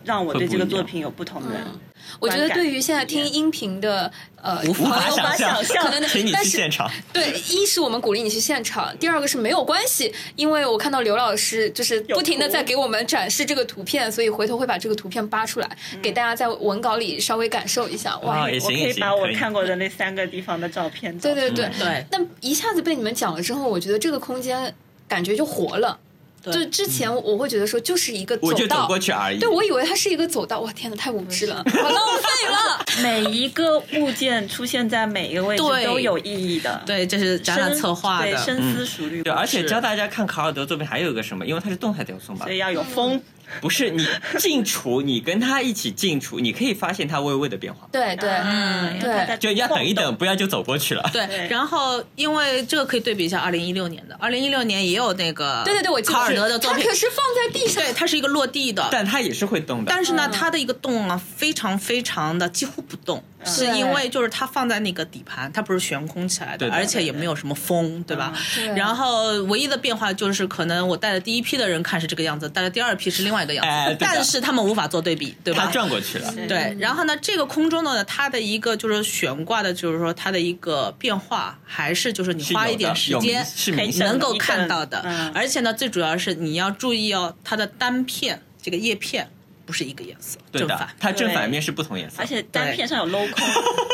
让我对这个作品有不同嗯的。我觉得对于现在听音频的呃无法无法象想象可能请你但去是现场。对，一是我们鼓励你去现场，第二个是没有关系，因为我看到刘老师就是不停的在给我们展示这个图片，所以回头会把这个图片扒出来，嗯给大家在文稿里稍微感受一下。哇，啊，也我行可也以行，把我可以看过的那三个地方的照片找对出来。对对。嗯对但一下子被你们讲了之后，我觉得这个空间感觉就活了。对就之前我会觉得说，就是一个我就走道过。去而已。对，我以为它是一个走道，哇天哪，太无知了，嗯好浪费了。每一个物件出现在每一个位置对都有意义的，对，这是展览深策划对，的，深思熟虑过，对，而且是教大家看卡尔德作品还有一个什么，因为它是动态雕塑嘛所，以要有风，不是你进厨，你跟他一起进厨，你可以发现他微微的变化，对对，嗯，对让它在就要等一晃等，不要就走过去了。对。对然后，因为这个可以对比一下二零一六年的，二零一六年也有那个对对对，我记得卡尔德的作它品可，是放在地上，对，它是一个落地的，但他也是会动的，但是呢，它的一个动啊，非常非常的几乎不动，是因为就是它放在那个底盘，它不是悬空起来对的，的而且也没有什么风，对吧？对然后唯一的变化就是，可能我带的第一批的人看是这个样子，带的第二批是另外一个样子，哎对的但是他们无法做对比，对他吧？转过去了。动对，然后呢，这个空中呢，它的一个就是悬挂的，就是说它的一个变化，还是就是你是花有一点的时有明间是明显的能够看到的嗯，而且呢，最主要是你要注意哦，它的单片这个叶片不是一个颜色，对正的反，。它正反面是不同颜色而。且单片上有 镂空，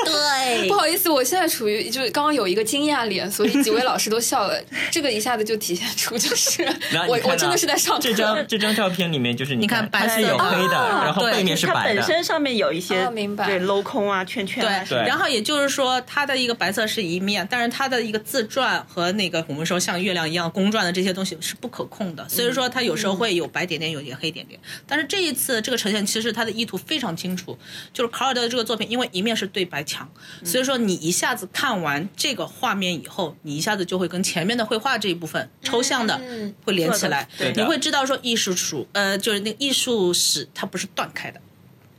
对不好意思，我现在处于就是刚刚有一个惊讶脸，所以几位老师都笑 了。这个一下子就体现出就是 然后我你看啊我真的是在上课。这张这张照片里面，就是你你看白它是色有的黑的，啊然后对背面是它白本的。身上面有一些哦明白对镂空啊、圈圈啊，对，对然后也就是说，它的一个白色是一面，但是它的一个自转和那个我们说像月亮一样公转的这些东西是不可控嗯的，所以说它有时候会有白点点，有些黑点点。但是这一次这个呈现，其实它的意图非常清楚，就是卡尔德的这个作品，因为一面是对白墙，嗯所以说你一下子看完这个画面以后，你一下子就会跟前面的绘画这一部分抽象的嗯会连起来，对的你会知道说艺术史，呃，就是那个艺术史它不是断开的。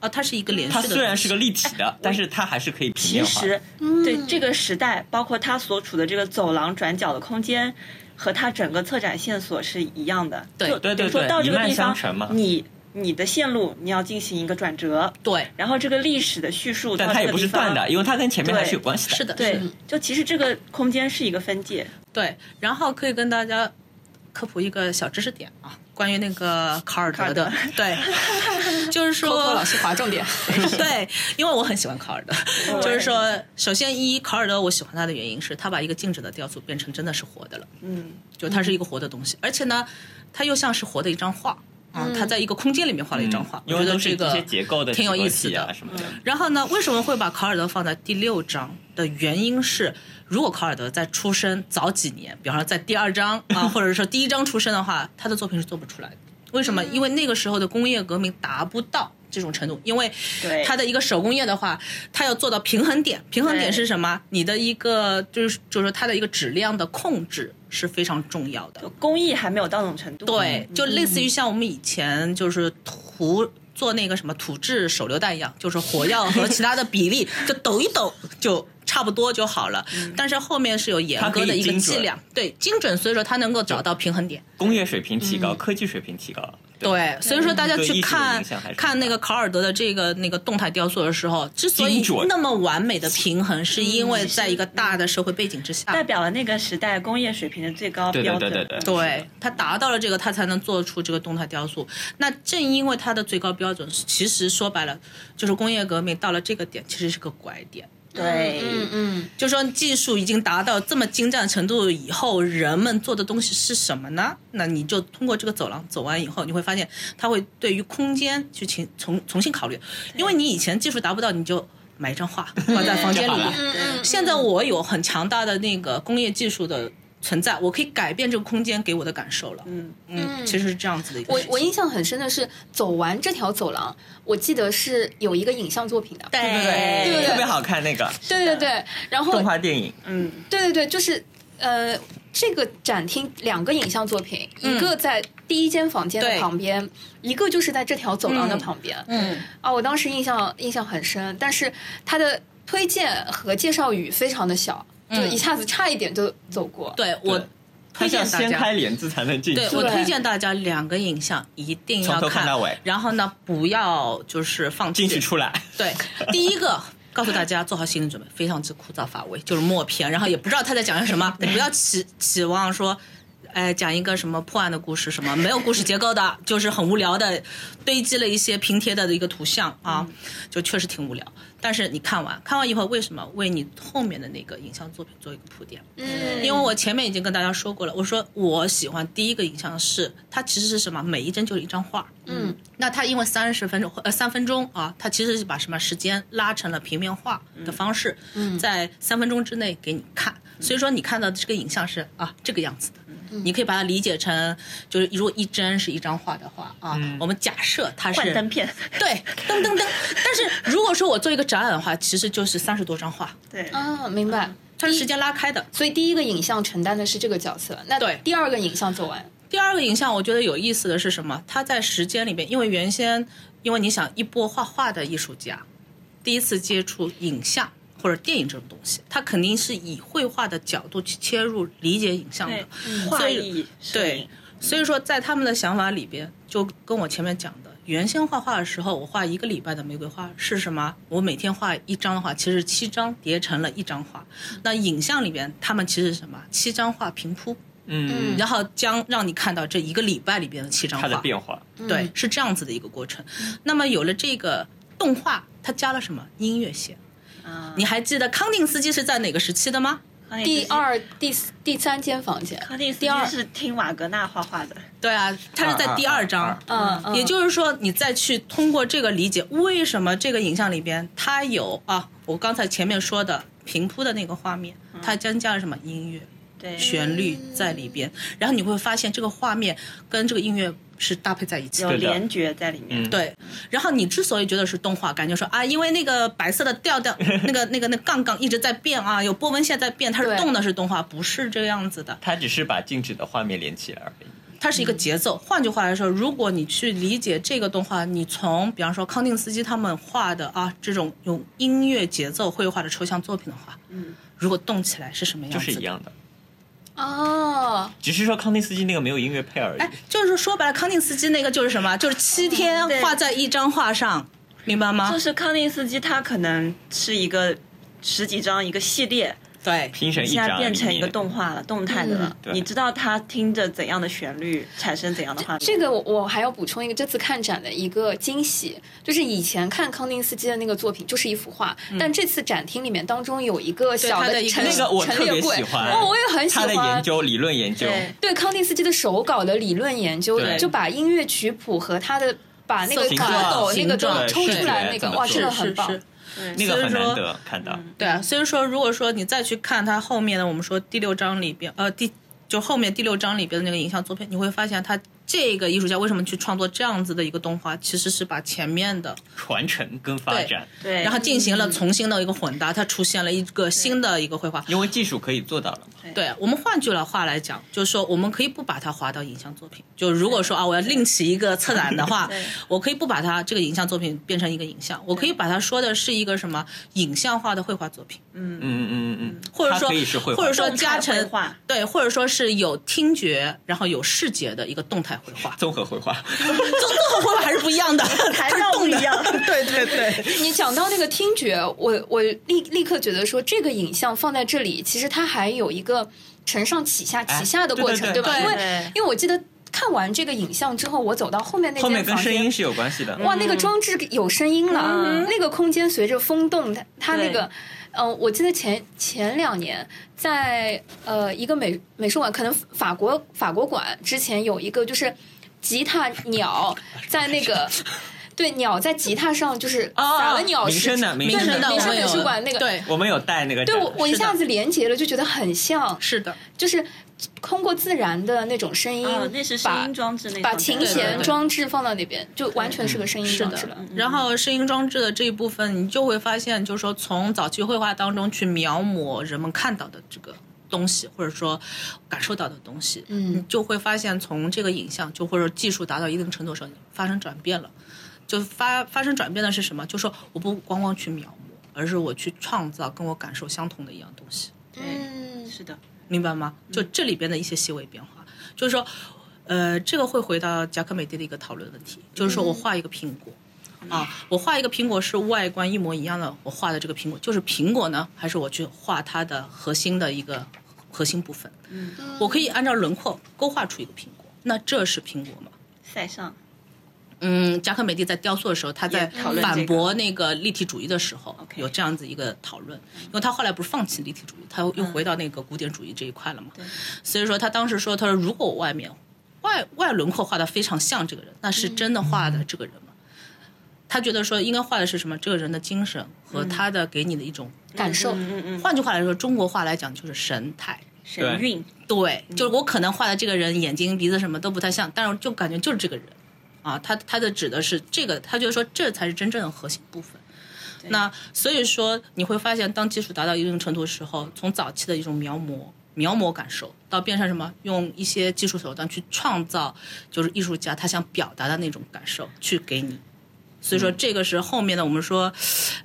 啊，它是一个连续它的东西。哎虽然是个立体的，但是它还是可以平其面化。实嗯对这个时代，包括它所处的这个走廊转角的空间。和它整个策展线索是一样的，对就对对比如说对到这一个脉地相承嘛方，你你的线路你要进行一个转折，对，然后这个历史的叙述到但它也这个不地是断方，的，因为它跟前面还是有关系的。是的，对是，就其实这个空间是一个分界，对，然后可以跟大家科普一个小知识点啊，关于那个卡尔德的卡，对， 就是说包括老师划重点，对，因为我很喜欢卡尔德，就是说，首先一卡尔德我喜欢他的原因是他把一个静止的雕塑变成真的是活的了，嗯，就它是一个活的东西，而且呢，它又像是活的一张画。啊，他在一个空间里面画了一张画，嗯因我为觉得都是这一个些结构的挺有结构意思体的嗯啊。什么的。然后呢，为什么会把卡尔德放在第六章的原因是，如果卡尔德在出生早几年，比方说在第二章 啊，或者是说嗯第一章出生的话，他的作品是做不出来的。为什么？因为那个时候的工业革命达不到这种程度，因为对它的一个手工业的话，它要做到平衡点，平衡点对是什么？你的一个就是就是它的一个质量的控制是非常重要的。工艺还没有到那种程度。对，嗯就类似于像我们以前就是涂做那个什么土制手榴弹一样，就是火药和其他的比 例就抖一抖就差不多就好了。嗯但是后面是有严格的一个剂量，对精准，所以说它能够找到平衡点。工业水平提高，科技水平提高，嗯对，所以说大家嗯对去艺术的看影响还是看很那个大考尔德的这个那个动态雕塑的时候，之所以精准嗯那么完美的平衡，是因为在一个大的社会背景之下，代表了那个时代工业水平的最高对对标对准。对对对他达到了这个，他才能做出这个动态雕塑。那正因为它的最高标准，其实说白了就是工业革命到了这个点，其实是个拐点。对嗯嗯，就说技术已经达到这么精湛的程度以后，人们做的东西是什么呢？那你就通过这个走廊走完以后，你会发现它会对于空间去重重重新考虑，因为你以前技术达不到，你就买一张画放在房间里就好面了，嗯嗯，现在我有很强大的那个工业技术的存在，我可以改变这个空间给我的感受了。嗯，嗯，其实是这样子的一个我事情。我印象很深的是，走完这条走廊，我记得是有一个影像作品的，对对对对特别好看那个对对对，然后动画电影，嗯，对对对，就是呃，这个展厅两个影像作品，一个在第一间房间的对旁边，一个就是在这条走廊的旁边。嗯，啊，我当时印象印象很深，但是它的推荐和介绍语非常的小，就一下子差一点就走过。嗯对我它推要荐大掀家，开帘子才能进去对。我对推荐大家两个影像一定从要头看到尾然后呢，不要就是放弃进去出来，对，第一个。告诉大家做好心理准备，非常之枯燥乏味，就是默片，然后也不知道他在讲些什么，你不要期期望说，哎，讲一个什么破案的故事，什么没有故事结构的，就是很无聊的，堆积了一些拼贴的一个图像啊，就确实挺无聊。但是你看完，看完以后，为什么为你后面的那个影像作品做一个铺垫？嗯，因为我前面已经跟大家说过了，我说我喜欢第一个影像是它其实是什么？每一帧就是一张画。嗯，那它因为三十分钟呃三分钟啊，它其实是把什么时间拉成了平面化的方式，嗯、在三分钟之内给你看。所以说你看到的这个影像是啊这个样子的，你可以把它理解成就是如果一帧是一张画的话啊，我们假设它嗯是幻灯片。对噔噔噔，但是如果说我做一个展览的话，其实就是三十多张画，对，啊，明白。嗯它是时间拉开的。所以第一个影像承担的是这个角色，那对第二个影像走完，第二个影像，我觉得有意思的是什么？他在时间里边，因为原先，因为你想一波画画的艺术家，第一次接触影像或者电影这种东西，他肯定是以绘画的角度去切入理解影像的对。，嗯画所以意摄对影，所以说在他们的想法里边，就跟我前面讲的，原先画画的时候，我画一个礼拜的玫瑰花是什么？我每天画一张的话，其实七张叠成了一张画。那影像里边，他们其实是什么？七张画平铺。嗯，然后将让你看到这一个礼拜里边的七张它画，的变化，嗯对，是这样子的一个过程。那么有了这个动画，它加了什么音乐线？啊，你还记得康定斯基是在哪个时期的吗？康定斯第基二、第四第三间房间，康定斯第二基是听瓦格纳画画的，对啊，它是在第二章。啊嗯，嗯也就是说，你再去通过这个理解，为什么这个影像里边它有啊？我刚才前面说的平铺的那个画面，它增加了什么音乐？对，旋律在里边，然后你会发现这个画面跟这个音乐是搭配在一起的有对的联觉在里面嗯。对，然后你之所以觉得是动画，感觉说啊，因为那个白色的调调，那个那个那杠杠一直在变啊，有波纹线在变，它是对动的是动画，不是这样子的，它只是把静止的画面连起来而已。它是一个节奏。换句话来说，如果你去理解这个动画，你从比方说康定斯基他们画的啊这种用音乐节奏绘画的抽象作品的话，嗯，如果动起来是什么样就子是的？一样的，哦，只是说康定斯基那个没有音乐配而已哎。，就是说说白了，康定斯基那个就是什么？就是七天对画在一张画上，明白吗啊就？是康定斯基他可能是一个十几张一个系列，对，拼成一现在张，变成一个动画了，动嗯态的了。对你知道他听着怎样的旋律，产生怎样的画面？这个我我还要补充一个这次看展的一个惊喜，就是以前看康定斯基的那个作品就是一幅画，但这次展厅里面当中有一个小嗯对他的一个陈那个我陈特列别柜，喜欢，哦，我也很喜他的研欢。究理论研究，对对康定斯基的手稿的理论研究对，就把音乐曲谱和他的把那个形蝌蚪状那个形状都抽对出来那怎个，么哇，做真的是很棒。是那个所以很说难得看到。对啊，所以说如果说你再去看它后面的，我们说第六章里边，呃，第就后面第六章里边的那个影像作品，你会发现它这个艺术家为什么去创作这样子的一个动画，其实是把前面的传承跟发展，对，然后进行了重新的一个混搭，它出现了一个新的一个绘画。因为技术可以做到了嘛。对我们换句了话来讲，就是说我们可以不把它划到影像作品。就如果说啊，我要另起一个策展的话对，我可以不把它这个影像作品变成一个影像，我可以把它说的是一个什么影像化的绘画作品，嗯嗯嗯嗯嗯，或者说它可以是绘画，或者说动态加绘成画对，或者说是有听觉，然后有视觉的一个动态绘画。 综合绘画，综合绘画还是不一 样的，它材是料不动一的样 对对对，你讲到那个听觉，我我立立刻觉得说，这个影像放在这里，其实它还有一个承上启下、哎启下的对过对程，对吧？因为对因为我记得看完这个影像之后，我走到后面那 后面间跟房声音间。是有关系的。哇，那个装置有声音了，啊嗯那个空间随着风动，它它那对个，呃，我记得前前两年在呃一个美美术馆，可能法国法国馆之前有一个就是吉他 鸟在那个。对，鸟在吉他上就是啊哦撒了鸟民食生的民对生民的我民生们美有术馆那个，对我们有带那个对展我我一是的下子连结了，就觉得很像，是的，就是通过自然的那种声音啊，，那是声把音装置那把种琴对对弦对嗯装置放到那边，就完全是个嗯声音是装置的了。。然后声音装置的这一部分，你就会发现，就是说从早期绘画当中去描摹人们看到的这个。东西，或者说感受到的东西，嗯你就会发现，从这个影像就或者技术达到一定程度的时候，发生转变了。就发发生转变的是什么？就说我不光光去描摹，而是我去创造跟我感受相同的一样东西。嗯，是的，明白吗？就这里边的一些细微变化，就是说，呃，这个会回到贾科美蒂的一个讨论问题，就是说我画一个苹果。啊，我画一个苹果是外观一模一样的，我画的这个苹果就是苹果呢，还是我去画它的核心的一个核心部分？嗯，我可以按照轮廓勾画出一个苹果，那这是苹果吗？塞尚，嗯，贾克美蒂在雕塑的时候，他在也讨论这个反驳那个立体主义的时候， OK 有这样子一个讨论。因为他后来不是放弃立体主义，他又回到那个古典主义这一块了嘛。对所以说他当时说，他说如果我外面外外轮廓画的非常像这个人，那是真的画的这个人吗？他觉得说应该画的是什么？这个人的精神和他的给你的一种，感受。嗯嗯嗯，换句话来说，中国话来讲就是神态。神韵，对，就是我可能画的这个人眼睛、鼻子什么都不太像，但是就感觉就是这个人，啊，他他的指的是这个，他就说这才是真正的核心部分。那所以说你会发现，当技术达到一定程度的时候，从早期的一种描摹、描摹感受，到变成什么，用一些技术手段去创造，就是艺术家他想表达的那种感受，去给你。所以说，这个是后面的我们说，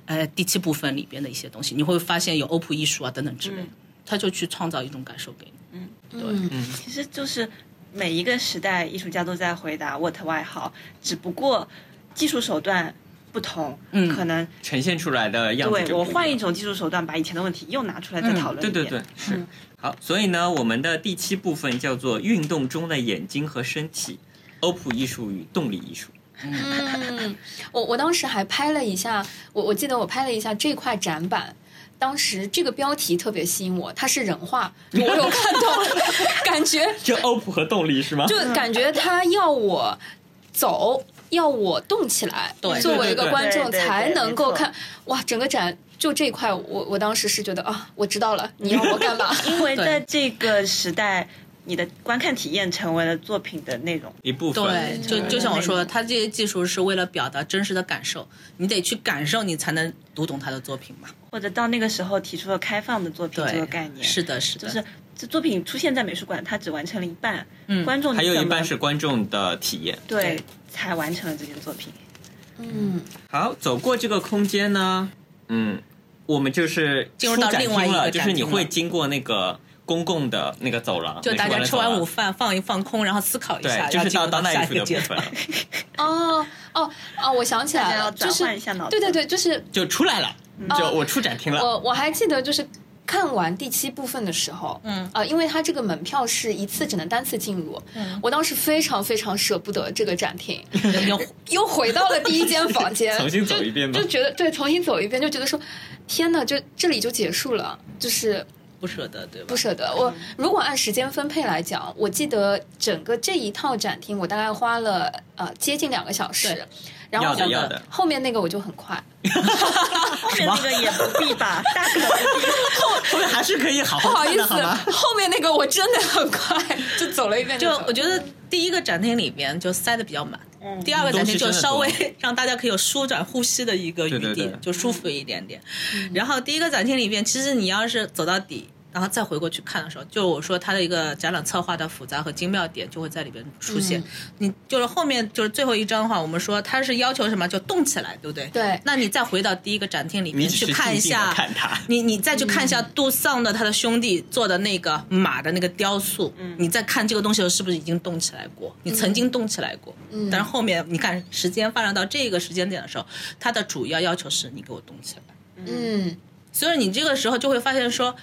呃，第七部分里边的一些东西，你会发现有欧普艺术啊等等之类的，他就去创造一种感受给你。嗯，其实就是每一个时代艺术家都在回答 “what 外号”，只不过技术手段不同，嗯可能呈现出来的样子对就我不换一一样种技术手段，把以前的问题又拿出来再讨论、嗯对对对，，是、好。所以呢，我们的第七部分叫做运动中的眼睛和身体，欧普艺术与动力艺术。嗯， 我我当时还拍了一下，我我记得我拍了一下这块展板。当时这个标题特别吸引我，它是人画，我有看到， 感觉就欧普和动力是吗？就感觉他要我走，要我动起来，对作为一对对个对观众对对对才能够没错看。哇，整个展就这一块，我我当时是觉得啊，我知道了，你要我干 嘛？ 因为在这个时代，你的观看体验成为了作品的内容。一部对分，，就嗯就像我说的，嗯他这些技术是为了表达真实的感受，你得去感受，你才能读懂他的作品嘛。或者到那个时候提出了开放的作品这个概念，是的，是的，就是这作品出现在美术馆，它只完成了一半，嗯观众还有怎一么半是观众的体验。对对才完成了这件作品。嗯，好，走过这个空间呢，嗯，我们就是进入到出展另外一厅个了，展就是你厅会了经过那个公共的那个走廊，就大家吃完午饭饭，放一放空，然后思考一下，对，就要是进入到到那下艺一术个的阶部分段。了，哦哦哦，我想起大来家要了，就转是换一下脑子，对对对，就是就出来了，哦就我出展厅了。 我我还记得就是。看完第七部分的时候，嗯啊、因为它这个门票是一次只能单次进入，嗯，我当时非常非常舍不得这个展 厅，要又回到了第一间房间，重新走一遍吧就就觉得对，重新走一遍，就觉得说，天呐，就这里就结束了，就是不舍得，对吧？不舍得。嗯我如果按时间分配来讲，我记得整个这一套展厅，我大概花了呃接近两个小时对。然后要的后要的后面那个我就很 快，后面那个也不必吧，大可不必。 后面还是可以好不好好看意的，思，好吗？后面那个我真的很快 就走了一遍就走了。我觉得第一个展厅里面就塞的比较满，嗯第二个展厅就稍东西真微让大家可以有舒展呼吸的一个余地，对对对就舒服一点点。然后第一个展厅里面，其实你要是走到底。然后再回过去看的时候，就我说它的一个展览策划的复杂和精妙点就会在里边出现。嗯你就是后面就是最后一章的话，我们说它是要求什么就动起来，对不对？对那你再回到第一个展厅里你面只去是看一静静地下，看它，你你再去看一下嗯杜尚的他的兄弟做的那个马的那个雕塑，嗯你再看这个东西的时候是不是已经动起来过？你曾经动起来过，嗯但是后面你看时间发展到这个时间点的时候，他的主要要求是你给我动起来。嗯，所以你这个时候就会发现说，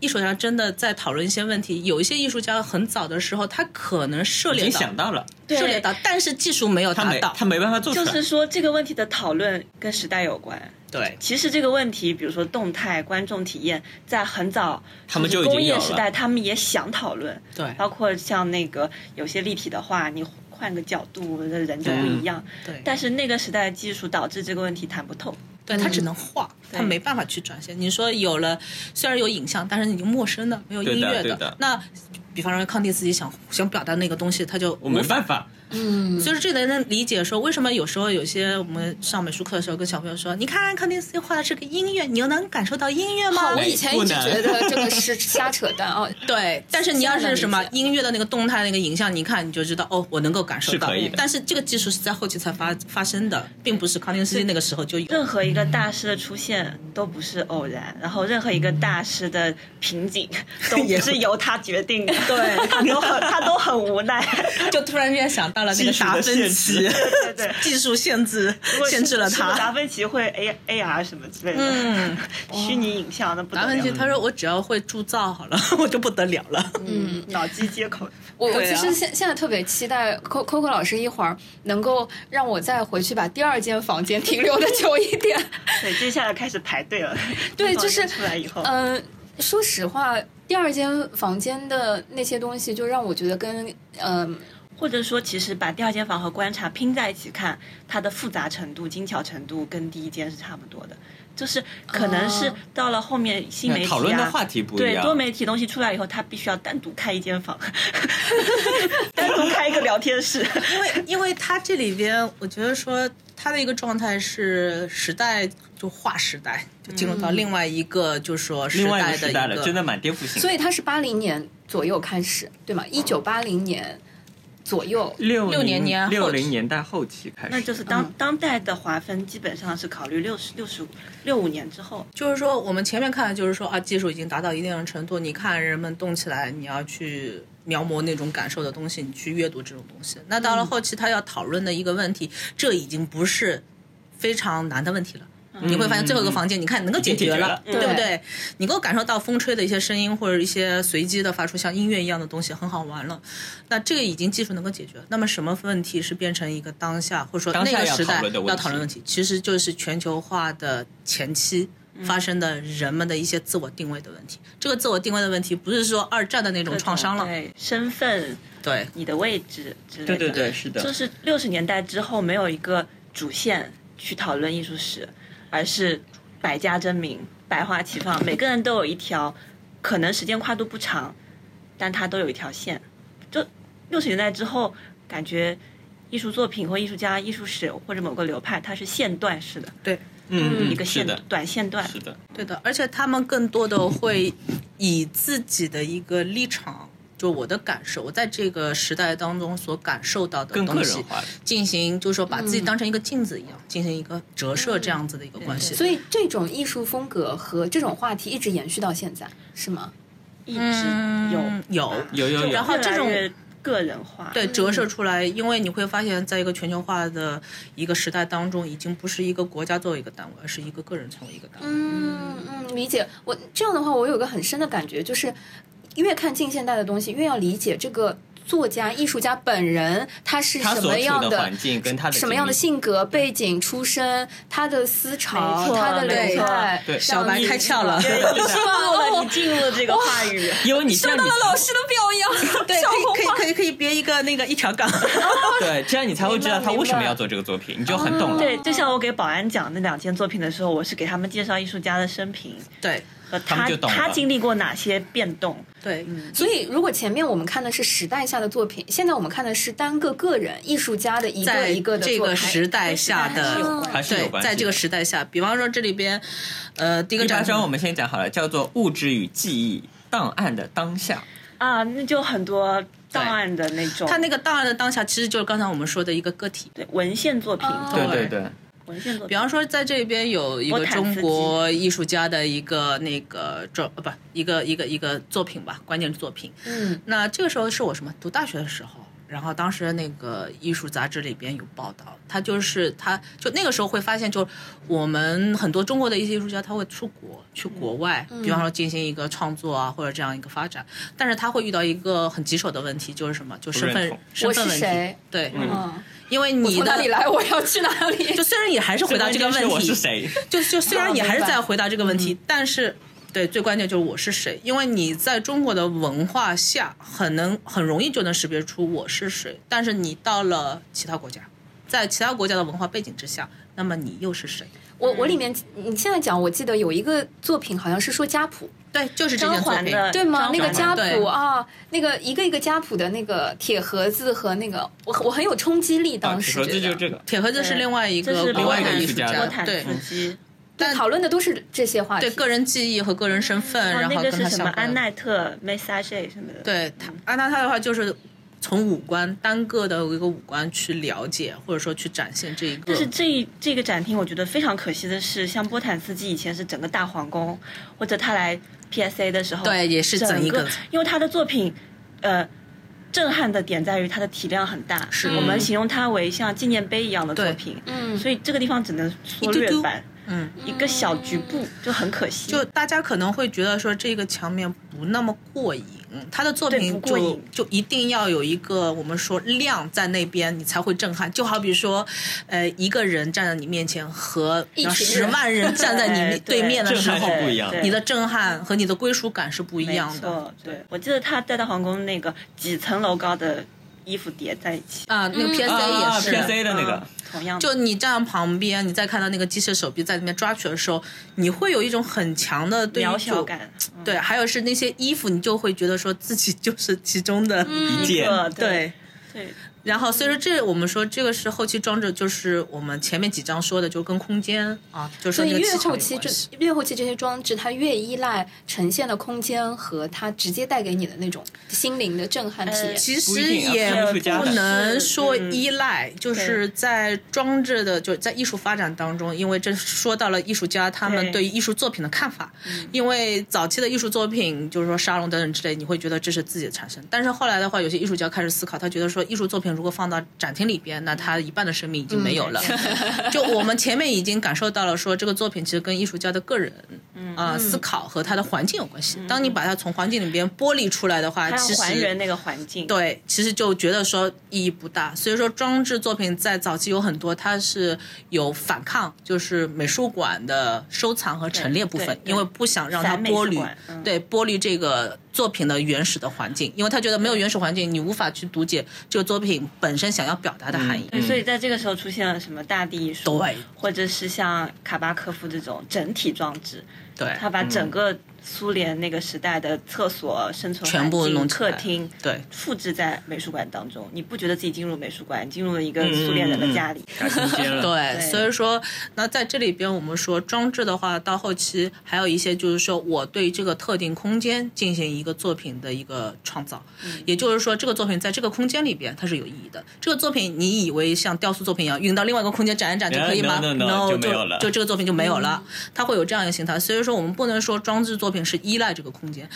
艺术家真的在讨论一些问题。有一些艺术家很早的时候，他可能涉已猎经到想到了，涉猎到，但是技术没有他达没到他。没办法做出就来是，说这个问题的讨论跟时代有关。对，其实这个问题，比如说动态、观众体验，在很早他们就就是已经有工业了时代，他们也想讨论。对包括像那个有些立体的画，你换个角度，人就不一样。对但是那个时代的技术导致这个问题谈不透。对他嗯只能画，他对没办法去转现。你说有了，虽然有影像，但是你就陌生的，没有对音的乐对的那比方说康定自己想想表达那个东西，他就无我没法办法，就是这能理解说，为什么有时候有些我们上美术课的时候跟小朋友说，你看康定斯基画的是个音乐，你又能感受到音乐吗好，我哎以前一直觉得这个是 瞎扯淡啊。对，但是你要是什么现在能理音乐的那个动态那个影像，你看你就知道哦，我能够感受是到。可以的但是这个技术是在后期才发发生的，并不是康定斯基那个时候就有。任何一个大师的出现都不是偶然，然后任何一个大师的 瓶颈都不是由他决定的，对他都很他都很无 奈。就突然间想到了那个技术的达芬奇限制，对对技术限制限制了是不是达他。芬奇会 A A R 什么之类的，嗯， 虚拟影像那不得达芬奇了，他说我只要会铸造好了， 我就不得了了。嗯，脑机接口。我我对其啊实现现在特别期待 Co Coco 老师一会儿能够让我再回去把第二间房间停留的久一点。 对，接下来开始排队了。对 这种就是人出来以后， 嗯，说实话，第二间房间的那些东西，就让我觉得跟嗯、或者说，其实把第二间房和观察拼在一起看，它的复杂程度、精巧程度跟第一间是差不多的，就是可能是哦到了后面新媒体啊，讨论的话题不一对样多媒体东西出来以后，它必须要单独开 一间房，单独开一个聊天室。因为嗯因为他这里边，我觉得说他的一个状态是时代就划时代，就进入到另外一个就是说时另外一代个的时一代了，真个。的蛮颠覆性的。所以它是八零年左右开始，对吗？一九八零年左右，六六零年六后零年代后期开始，那就是当、嗯当代的划分基本上是考虑六十六十五六五年之后，就是说，我们前面看的就是说啊，技术已经达到一定的程度，你看人们动起来，你要去描摹那种感受的东西，你去阅读这种东西。那到了后期，他要讨论的一个问题，这已经不是非常难的问题了。嗯你会发现最后一个房间，你看能够解决了，已经解决了对对不对？你能够感受到风吹的一些声音，或者一些随机的发出像音乐一样的东西，很好玩了。那这个已经技术能够解决了。那么什么问题是变成一个当下，或者说当那下个要时代讨论的问题要讨论的问题？其实就是全球化的前期。发生的人们的一些自我定位的问题，这个自我定位的问题不是说二战的那种创伤了，对身份、对你的位置之类对的。对对，是的，就是六十年代之后没有一个主线去讨论艺术史，而是百家争鸣、百花齐放，每个人都有一条，可能时间跨度不长，但它都有一条线。就六十年代之后，感觉艺术作品或艺术家、艺术史或者某个流派，它是线段式的，对嗯，嗯一个是线的，短线段。是的，对的，而且他们更多的会以自己的一个立场，就我的感受，我在这个时代当中所感受到的更个东人西，化了。进行就是说把自己当成一个镜子一样，进行一个折射这样子的一个关系。所以这种艺术风格和这种话题一直延续到现在，是吗？一直有嗯有有有有然后这种越来越个人化，对，折射出来，因为你会发现在一个全球化的一个时代当中，已经不是一个国家作为一个单位，而是一个个人成为一个单位。嗯嗯，理解。我这样的话，我有个很深的感觉，就是越看近现代的东西，越要理解这个。作家、艺术家本人他是他什所么样处的环境跟他的什么样的经历性格、背景、出身、他的思潮、没错他的没流错派，对小白开窍了 对你进入了，你进入了这个话语。因为你像你师的表扬，对，可以可以可以可以别一个那个一条杠， 对，这样你才会知道他为什么要做这个作品，你就很懂了。哦对，就像我给保安讲那两件作品的时候，我是给他们介绍艺术家的生平对和他们他就懂了他经历过哪些变动。对，嗯所以，如果前面我们看的是时代下的作品，现在我们看的是单个个人艺术家的一个在一个的这作个品。时代下还是有的关系还是有对关，系的在这个时代下，比方说这里边，呃，第一个第展八章我览们先讲好了，叫做物质与记忆档案的当下。啊，那就很多档案的那种，它那个档案的当下，其实就是刚才我们说的一个个体。对文献作品，哦对对对对，文献作比品，方说，在这边有一波个坦中斯基国艺术家的一个那个作，呃不，一个一个一个作品吧，关键作品。嗯，那这个时候是我什么？读大学的时候，然后当时那个艺术杂志里边有报道，他就是他就那个时候会发现，就我们很多中国的一些艺术家他会出国去国外，嗯比方说进行一个创作啊或者这样一个发展，但是他会遇到一个一个很棘手的问题，就是什么？就身不认份同身份我问是题谁。对，嗯，因为你从哪的里来，我要去哪里？就虽然你还是回答这个问最题，关键是我是谁？就就虽啊然你还是在明白回答这个问嗯题，但是对最关键就是我是谁，因为你在中国的文化下很能很容易就能识别出我是谁，但是你到了其他国家，在其他国家的文化背景之下，那么你又是谁？我嗯我里面你现在讲，我记得有一个作品好像是说家谱，对，就是这件张作环品。的对吗？张那个环家谱对啊，那个一个一个家谱的那个铁盒子和那个，我我很有冲击力，当时啊说这觉就得。这个，啊铁盒子是对另外一这个是国外的艺术另外一个家，波坦对斯基，但讨论的都是这些话题。对个人记忆和个人身份，然然后哦那后个跟他是什相么关的安奈特 Message 什么的，对他，安娜她的话就是从五官单个的一个五官去了解，或者说去展现这一个。但是这一这个展厅，我觉得非常可惜的是，像波坦斯基以前是整个大皇宫，或者他来 PSA 的时候，对也是整整一个因为他的作品，呃，震撼的点在于它的体量很大，是我们嗯形容它为像纪念碑一样的作对品，嗯，所以这个地方只能缩一丢略丢版，嗯，一个小局嗯部就很可惜。就大家可能会觉得说这个墙面不那么过瘾，他的作对不品就过瘾就一定要有一个我们说量在那边，你才会震撼。就好比说，呃，一个人站在你面前和一群十人万人站在你面 对对面的震时撼候，是不一样的对。你的震撼和你的归属感是不一没样的。错，对，我记得他在大皇宫那个几层楼高的衣服叠在一起，啊，那个嗯 PSA 啊也是。 ，PSA 的那个嗯，同样的就你站在旁边，你再看到那个机械手臂在那边抓取的时候，你会有一种很强的对于渺就小感，嗯对，还有是那些衣服，你就会觉得说自己就是其中的，一一件个对。呃对。然后所以说这我们说这个是后期装置，就是我们前面几章说的，就跟空间啊，就是所说以那越个气场后有期关这系。越后期这些装置，它越依赖呈现的空间和它直接带给你的那种心灵的震撼体验。呃其不实一定啊也看艺术家不的能是说嗯依赖，就是在装置的，就是在艺术发展当中，因为这说到了艺术家他们对嗯对于艺术作品的看法。因为早期的艺术作品，就是说沙龙等等之类，你会觉得这是自己的产生，但是后来的话，有些艺术家开始思考，他觉得说艺术作品如果放到展厅里边，那他一半的生命已经没有了。嗯就我们前面已经感受到了，说这个作品其实跟艺术家的个人嗯啊、思考和他的环境有关系。当你把它从环境里边剥离出来的话，它其要实还原那个环境，对，其实就觉得说意义不大。所以说，装置作品在早期有很多，它是有反抗，就是美术馆的收藏和陈列部对分，对因为不想让它反美术剥离馆，嗯对剥离这个作品的原始的环境，因为他觉得没有原始环境，你无法去读解这个作品本身想要表达的含义。对所以在这个时候出现了什么大地艺嗯术，对或者是像卡巴科夫这种整体装置，对嗯他把整个苏联那个时代的厕所、生存全部环境弄起客来厅，对，复制在美术馆当中，你不觉得自己进入美术馆，进入了一个嗯苏联人的家里？改空间了。 对，对所以说，那在这里边我们说装置的话，到后期还有一些就是说我对这个特定空间进行一个作品的一个创造，嗯也就是说这个作品在这个空间里边它是有意义的。这个作品你以为像雕塑作品一样运到另外一个空间展一展就可以吗 No, no, no, No，哎就没有了就这个作品就没有了，它会有这样一个形态。所以说我们不能说装置作品是依赖这个空间。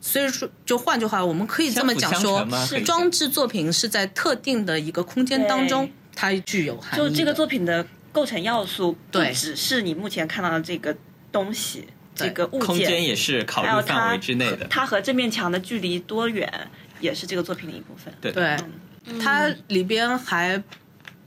所以说，就换句话，我们可以这么讲相辅相说成吗，可以讲装置作品是在特定的一个空间当中对，它具有含义就的。这个作品的构成要素，不对只是你目前看到的这个东西、这个物空间件，也是考还有虑范它围之内的。它和这面墙的距离多远，也是这个作品的一部分。对对，它里边还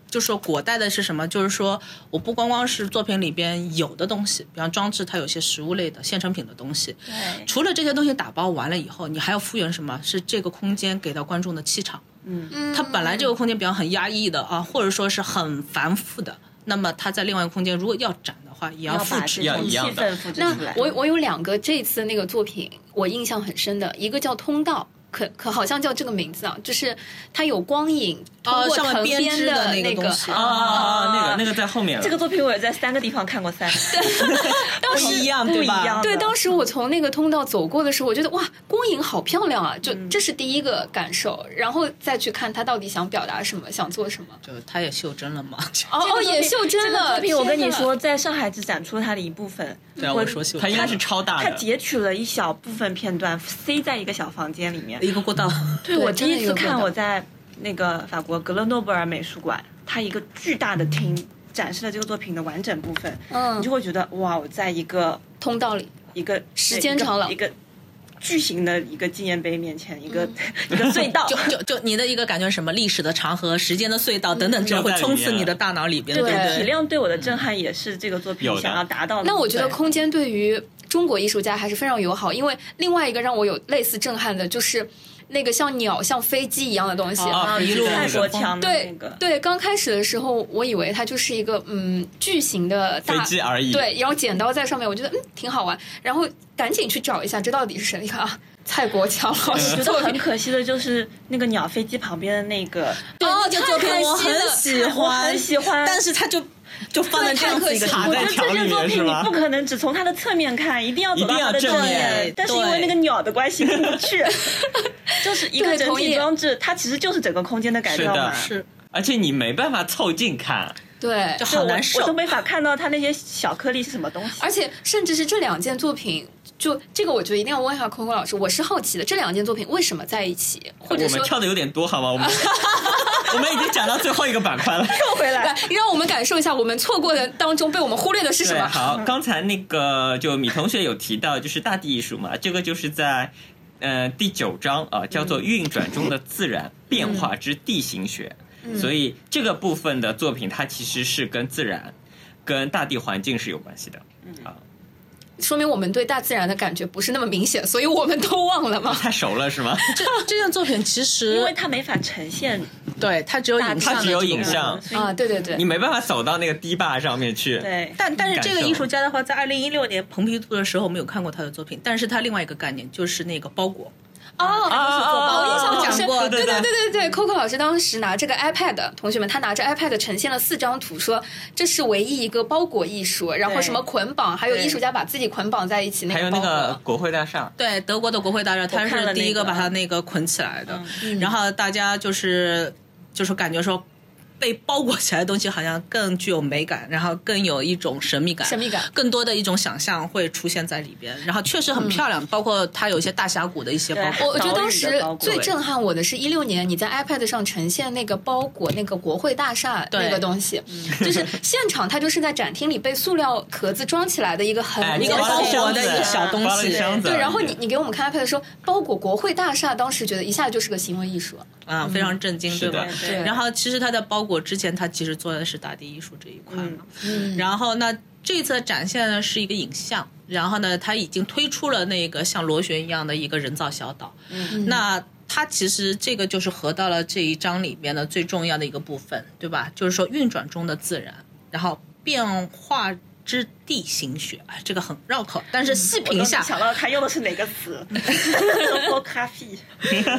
就说国代的是什么？就是说我不光光是作品里边有的东西，比方装置，它有些实物类的现成品的东西。对，除了这些东西打包完了以后，你还要复原什么？是这个空间给到观众的气场。嗯它本来这个空间比较很压抑的啊，或者说是很繁复的，那么它在另外一个空间如果要展的话，也要要复把制这。种一气样的氛复制那出来。我我有两个这次那个作品我印象很深的，一个叫《通道》。可可好像叫这个名字啊，就是它有光影通哦过上面藤编织的的那个个东西啊啊啊！那个那个在后面了，这个作品我也在三个地方看 过三次，当不一时样，不对吧？一样对，的当时我从那个通道走过的时候，我觉得哇，光影好漂亮啊！就这是第一个感受，然后再去看他到底想表达什么，想做什么。就它也袖珍了嘛。哦这个哦，作品也袖珍了。这个作品我跟天你哪说，在上海只展出了它的一部分。 对啊，我说袖它应珍该是超大它的，截取了一小部分片段，塞在一个小房间里面。一个过道。对我第真的一次有过看，的我在那个法国格勒诺贝尔美术馆，它一个巨大的厅展示了这个作品的完整部分，你嗯，就会觉得哇，我在一个通道里，一个时间长了一个一个巨型的一个纪念碑面前，一个、嗯一个 隧道 就。就就你的一个感觉是什么？历史的长河、时间的隧道等等，嗯这会冲刺你的大脑里边，对对体不对？量对我的震撼也是这个作品有的想要达到的。那我觉得对空间对于中国艺术家还是非常友好，因为另外一个让我有类似震撼的就是那个像鸟、像飞机一样的东西。啊哦一路泰国墙的对那个，对，刚开始的时候，我以为它就是一个嗯巨型的飞大机啊而已。对，然后剪刀在上面，我觉得嗯挺好玩，然后赶紧去找一下这到底是谁？你看啊， 蔡国强老我师呃觉得 作很品。可惜的就是那个鸟飞机旁边的那个，哦那个作品太开 我心很了喜我欢，很喜欢，但是它就就放在这样子一个对场太我可觉惜了得墙这里件作面是品你吗不可能只从它的侧面看，一定要走到它的一定要正面面。但是因为对那个鸟的关系过不去，就是一个对整同体意装置，它其实就是整个空间的改是造的嘛。是而且你没办法凑近看，对就，对好我难受我都。没法看到它那些小颗粒是什么东西。而且甚至是这两件作品，就这个我觉得一定要问一下空空老师，我是好奇的，这两件作品为什么在一起，或我者们说跳的有点多，好吗？我们 我们已经讲到最后一个板块了。又回来来，让我们感受一下我们错过的当中被我们忽略的 是什对，么？好，刚才那个就米同学有提到，就是大地艺术嘛，这个就是在呃第九章啊、呃叫做《运转中的自然变化之地形学》所以这个部分的作品，它其实是跟自然、跟大地环境是有关系的。说明我们对大自然的感觉不是那么明显，所以我们都忘了吗？太熟了是吗？这这件作品其因为实它没法呈现对它只有影像，它只有影像所以啊，对对对你，没办法走到那个堤坝上面去。对，但但是感这个受艺术家的话，在二零一六年蓬皮杜的时候，我们有看过他的作品，但是他另外一个概念就是那个包裹，哦，我印象好深，讲过对对对对对对，Coco 老师当时拿这个 iPad，同学们，他拿着 iPad 呈现了四张图，说这是唯一一个包裹艺术，然后对什么捆绑，还有对艺术家把自己捆绑在一起那个还有包那裹个国会大厦，对德国的国会大厦，他看了是第一那个嗯个把他那个捆起来的，然后大家就是就是感觉说。被包裹起来的东西好像更具有美感，然后更有一种神秘感，神秘感更多的一种想象会出现在里边，然后确实很漂亮，包括它有一些大峡谷的一些包嗯 对我裹，我觉得当时最岛屿的包裹震撼我的是一六年你在 iPad 上呈现那个包裹那个国会大厦对那个东西，就是现场它就是在展厅里被塑料壳子装起来的一嗯个很哎，一个包包了裹箱的子一个小东包了西一箱子而已。对，然后你你给我们看 iPad 说包裹国会大厦，当时觉得一下就是个行为艺术，啊，非常震惊，是对的吧？嗯对对然后其实他在包裹之前，他其实做的是大地艺术这一块嘛。嗯然后那这次展现的是一个影像，然后呢，他已经推出了那个像螺旋一样的一个人造小岛。嗯，那它其实这个就是合到了这一章里面的最重要的一个部分，对吧？就是说运转中的自然，然后变化之地形学，哎，这个很绕口，但是细嗯我品都一没下，想到它用的是哪个词，topography，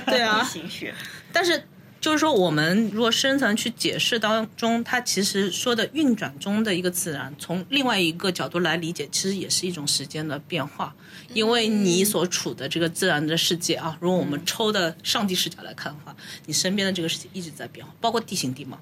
对啊，形学，但是就是说，我们如果深层去解释当中，它其实说的运转中的一个自然，从另外一个角度来理解，其实也是一种时间的变化。因为你所处的这个自然的世界啊，如果我们抽的上帝视角来看的话，你身边的这个世界一直在变化，包括地形地貌。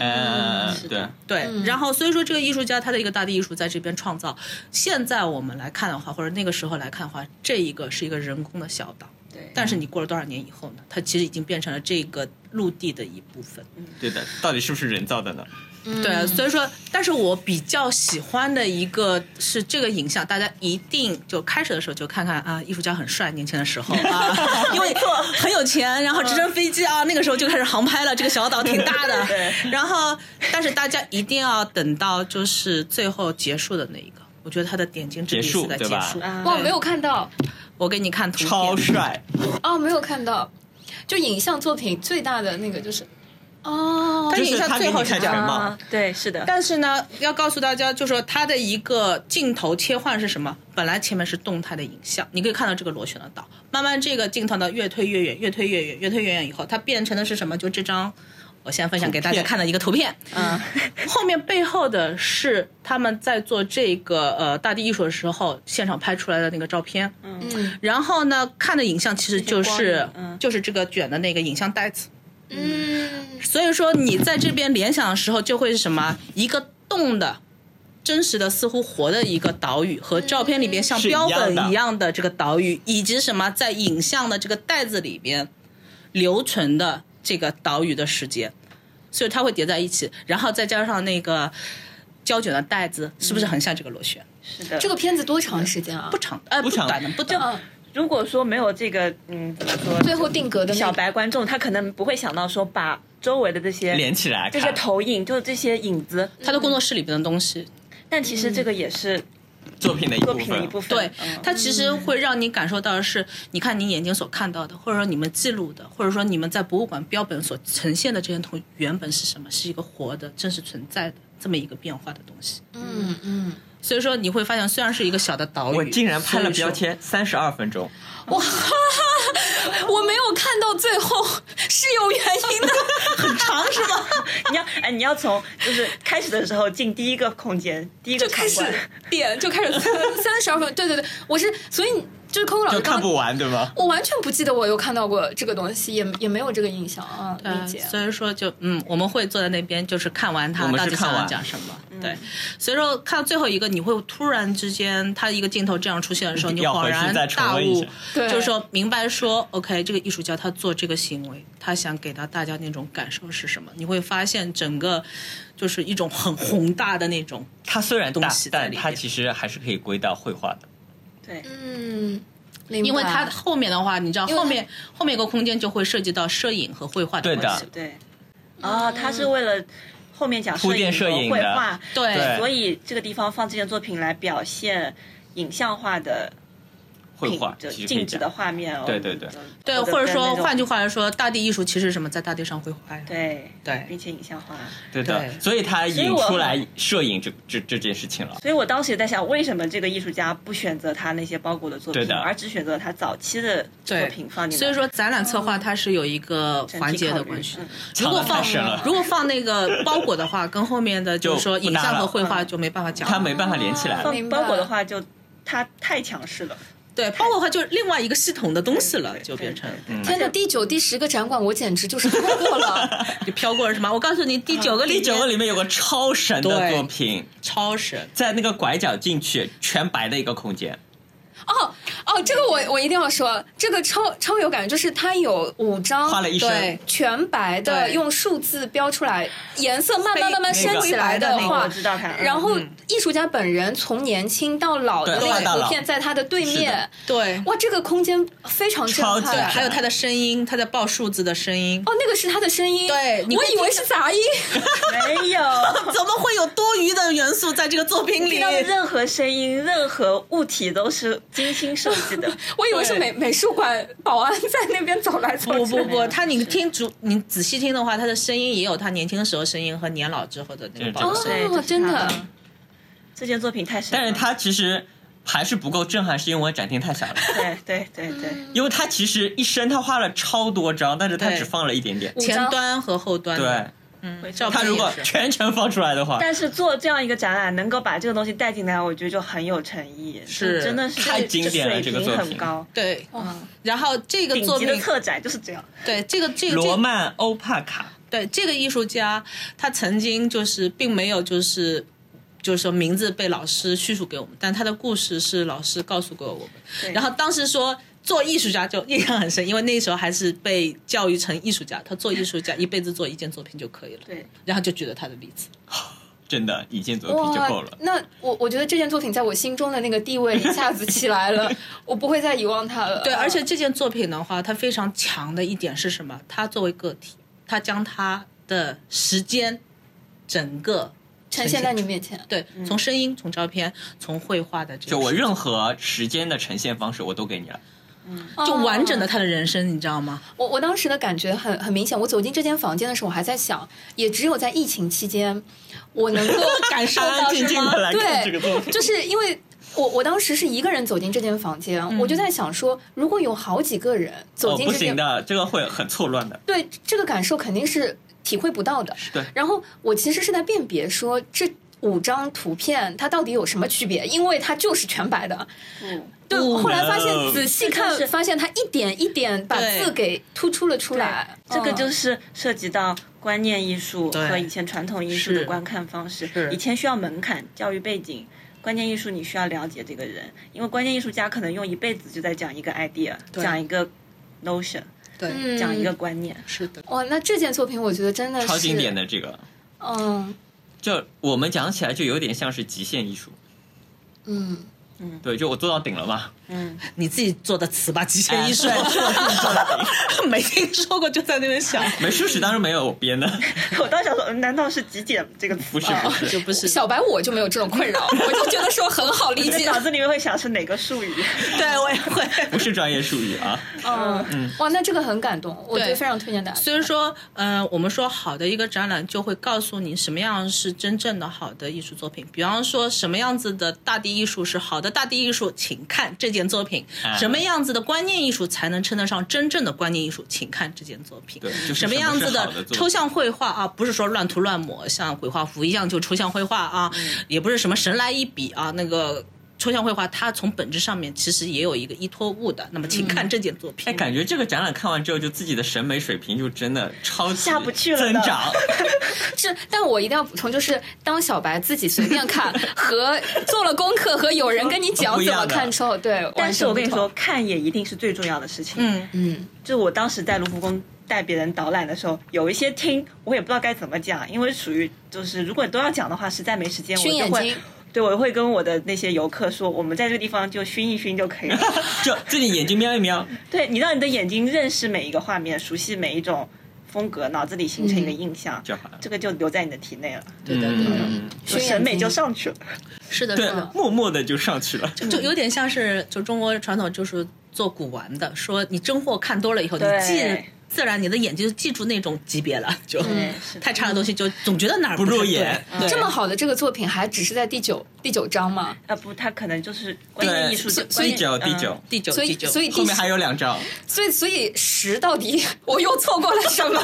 呃，是对的，对，然后所以说这个艺术家他的一个大地艺术在这边创造。现在我们来看的话，或者那个时候来看的话，这一个是一个人工的小岛。对但是你过了多少年以后呢？它其实已经变成了这个陆地的一部分。对的，到底是不是人造的呢？对，啊嗯所以说，但是我比较喜欢的一个是这个影像，大家一定就开始的时候就看看啊，艺术家很帅，年轻的时 候啊，因为很有钱，然后直升飞机啊，那个时候就开始航拍了，这个小岛挺大 的。然后，但是大家一定要等到就是最后结束的那一个，我觉得他的点睛之笔结束是在结对吧束。啊哇，没有看到我给你看图片，超帅，哦，没有看到，就影像作品最大的那个就是，哦，但就影是像他给最你后是看这全样貌啊，，对，是的，但是呢，要告诉大家，就说它的一个镜头切换是什么？本来前面是动态的影像，你可以看到这个螺旋的岛，慢慢这个镜头呢越推越远，越推越远，越推越远以后，它变成的是什么？就这张，我现在分享给大家看的一个图片。嗯，后面背后的是他们在做这个呃大地艺术的时候现场拍出来的那个照片。嗯然后呢，看的影像其实就这些是光影、嗯就是这个卷的那个影像袋子。嗯，所以说你在这边联想的时候，就会是什么一个动的、真实的、似乎活的一个岛屿，和照片里边像是一标样的本一样的这个岛屿，以及什么在影像的这个袋子里边留存的这个岛屿的时间，所以它会叠在一起，然后再加上那个胶卷的袋子，是不是很像这个螺旋？是的。这个片子多长时间啊不？长，呃，不长短的，不短的。嗯，如果说没有这个，嗯，怎么说？最后定格的那小白观众他可能不会想到说把周围的这些连起来这看，些投影，就是这些影子，他的工作室里边的东西，但其嗯实这个也是作品的一作部品的一分，部分。对嗯，它其实会让你感受到的是，你看你眼睛所看到的，或者说你们记录的，或者说你们在博物馆标本所呈现的这些东西原本是什么，是一个活的、真实存在的这么一个变化的东西。嗯嗯，所以说你会发现，虽然是一个小的岛屿，我竟然拍了标所以说。签三十二分钟， 我没有看到最后是有原因的，很长是吗？ 你要哎，你要从就是开始的时候进第一个空间，第一个就开始场馆点就开始三十二分，对对对，我是所以就是扣扣老就师哦刚看刚不完，对吗？我完全不记得我有看到过这个东西，也也没有这个印象啊，呃理解。所以说就嗯，我们会坐在那边，就是看完我他们到是底想看要完讲什么。对，所以说看到最后一个，你会突然之间，他一个镜头这样出现的时候，你要恍回去然再重大温一悟下，，对就是说明白说，OK，这个艺术家他做这个行为，他想给到大家那种感受是什么？你会发现整个就是一种很宏大的那种，它虽然东大西，在但里它面其实还是可以归到绘画的。对，嗯，明白因为他后面的话，你知道因为后面后面一个空间就会涉及到摄影和绘画的对嗯的关系了。对，啊，他是为了后面讲铺垫摄嗯影影和绘的画，对对所以这个地方放这件作品来表现影像化的绘画就其实可以静止的讲，画面哦。对对对对，或者说换句话来说，大地艺术其实是什么，在大地上哎绘画呀。对对并且影像化。对的，对所以它以引我出来摄影这这这件事情了。所以我当时也在想，为什么这个艺术家不选择他那些包裹的作对品，的而只选择他早期的作品放进来？所以说展览策划它是有一个整体环节考的虑关系嗯。如果藏得太放深了如果放那个包裹的话，跟后面的就是说就不影搭像和了绘画就没办法讲了。它没办法连起来了，明放白包裹的话就。他太强势了，对，包裹它就是另外一个系统的东西了，对就变成。对天哪，第九、第十个展馆我简直就是错过了，就飘过了是吗？我告诉你，第九个里第面九个里面有个超神的对作品，超神，在那个拐角进去，全白的一个空间， 哦哦，这个我我一定要说，这个超超有感觉，就是它有五张画了一身对。全白的，对用数字标出来，颜色慢慢非慢慢升起来那个画我。知道他。嗯然后艺术家本人从年轻到老的对那画到个老图片在他的对面，对，哇，这个空间非常震超级撼。还有他的声音，他在报数字的声音，哦，那个是他的声音，对你我会以为是杂音。没 有怎么会有多余的元素在这个作品听里到？的任何声音、任何物体都是精心设计 的。我以为是美美术馆保安在那边走来走去。不不不，他你听主你仔细听的话，他的声音也有他年轻的时候声音和年老之后的那个对报告对声音。对，哦这是真的他这件作品太神了。但是它其实还是不够震撼，是因为我展厅太小了。对对对对，因为它其实一身它画了超多张，但是它对只放了一点点。五前张端和后端对的，，嗯，照它片如果也是全程放出来的话，但是做这样一个展览，能够把这个东西带进来，我觉得就很有诚意，是真的是太经典了水这个平作很品高，对哇，然后这个顶作级品的策展就是这样。对这个这个这罗个曼欧帕卡对这个艺术家，他曾经就是并没有就是。就是说名字被老师叙述给我们，但他的故事是老师告诉过我们。然后当时说做艺术家就印象很深，因为那时候还是被教育成艺术家，他做艺术家一辈子做一件作品就可以了，对，然后就举了他的例子。真的，一件作品就够了。那我我觉得这件作品在我心中的那个地位一下子起来了， 我不会再遗忘它了。对，而且这件作品的话，它非常强的一点是什么？它作为个体，它将它的时间整个呈现在你出面前，对，从声音、从照片、从绘画的这个就我任何时间的呈现方式，我都给你了。就完整的哦他的人生，你知道吗？我我当时的感觉很很明显，我走进这间房间的时候，我还在想，也只有在疫情期间，我能 够感受安到安静是静吗的？来看对这个作品，就是因为我我当时是一个人走进这间房间，我就在想说，如果有好几个人走嗯哦，进不这间，行的，这个会很错乱的。对这个感受肯定是体会不到的。对然后我其实是在辨别说这五张图片它到底有什么区别，因为它就是全白的。嗯，对，哦后来发现 no 仔细看这就是，发现它一点一点把对字给突出了出来。这个就嗯是涉及到观念艺术对和以前传统艺术的是观看方式是。以前需要门槛、教育背景，观念艺术你需要了解这个人，因为观念艺术家可能用一辈子就在讲一个 idea，对讲一个 notion，对，嗯讲一个观念。 是的，哇，那这件作品我觉得真的是超经典的这个，嗯就我们讲起来就有点像是极限艺术。嗯，对，就我做到顶了嘛。嗯，你自己做的词吧，极限艺术哎对是我自己做到顶没听说过，就在那边想，美术史当然没有我编的，我倒想说，嗯难道是极简这个词不是吗？不是就，不是小白我就没有这种困扰，我就觉得说很好理你的解。 脑子里面会想是哪个术语？对我也会。不是专业术语啊。嗯， 哇，那这个很感动，我觉得对非常推荐大家。所以说，呃，我们说好的一个展览就会告诉你什么样是真正的好的艺术作品。比方说，什么样子的大地艺术是好的大地艺术，请看这件作品；啊什么样子的观念艺术才能称得上真正的观念艺术，请看这件作品。对，就是什么样子是好的的作抽品？象绘画啊？不是说乱涂乱抹，像鬼画符一样就抽象绘画啊，也不是什么神来一笔啊。那个抽象绘画，它从本质上面其实也有一个依托物的。那么，请看这件作品。哎，感觉这个展览看完之后，就自己的审美水平就真的超级下不去了增呢长。是，但我一定要补充，就是当小白自己随便看和做了功课和有人跟你讲不一怎样么的看之后，对，但完是全我跟你不说，同，看也一定是最重要的事情。嗯，嗯，就我当时在卢浮宫带别人导览的时候，有一些听我也不知道该怎么讲，因为属于就是如果都要讲的话，实在没时间，我熏就眼会睛。对我会跟我的那些游客说，我们在这个地方就熏一熏就可以了。 就自己眼睛瞄一瞄，对你让你的眼睛认识每一个画面，熟悉每一种风格，脑子里形成一嗯个印象，就好了这个就留在你的体内了， 对的，对的，嗯，就审美就 上去了。是的，是对的，。嗯默默的就上去了。就有点像是就中国传统就是做古玩的，说你真货看多了以后，你对记自然你的眼睛就记住那种级别了，就对是的太差的东西就总觉得哪儿不入太对嗯眼对这么好的这个作品还只是在第九第九章嘛，啊不，它可能就是关键对，艺术的嗯第九第九，第九所第以九，所以后第面还有两张，所以所以十到底我又错过了什么？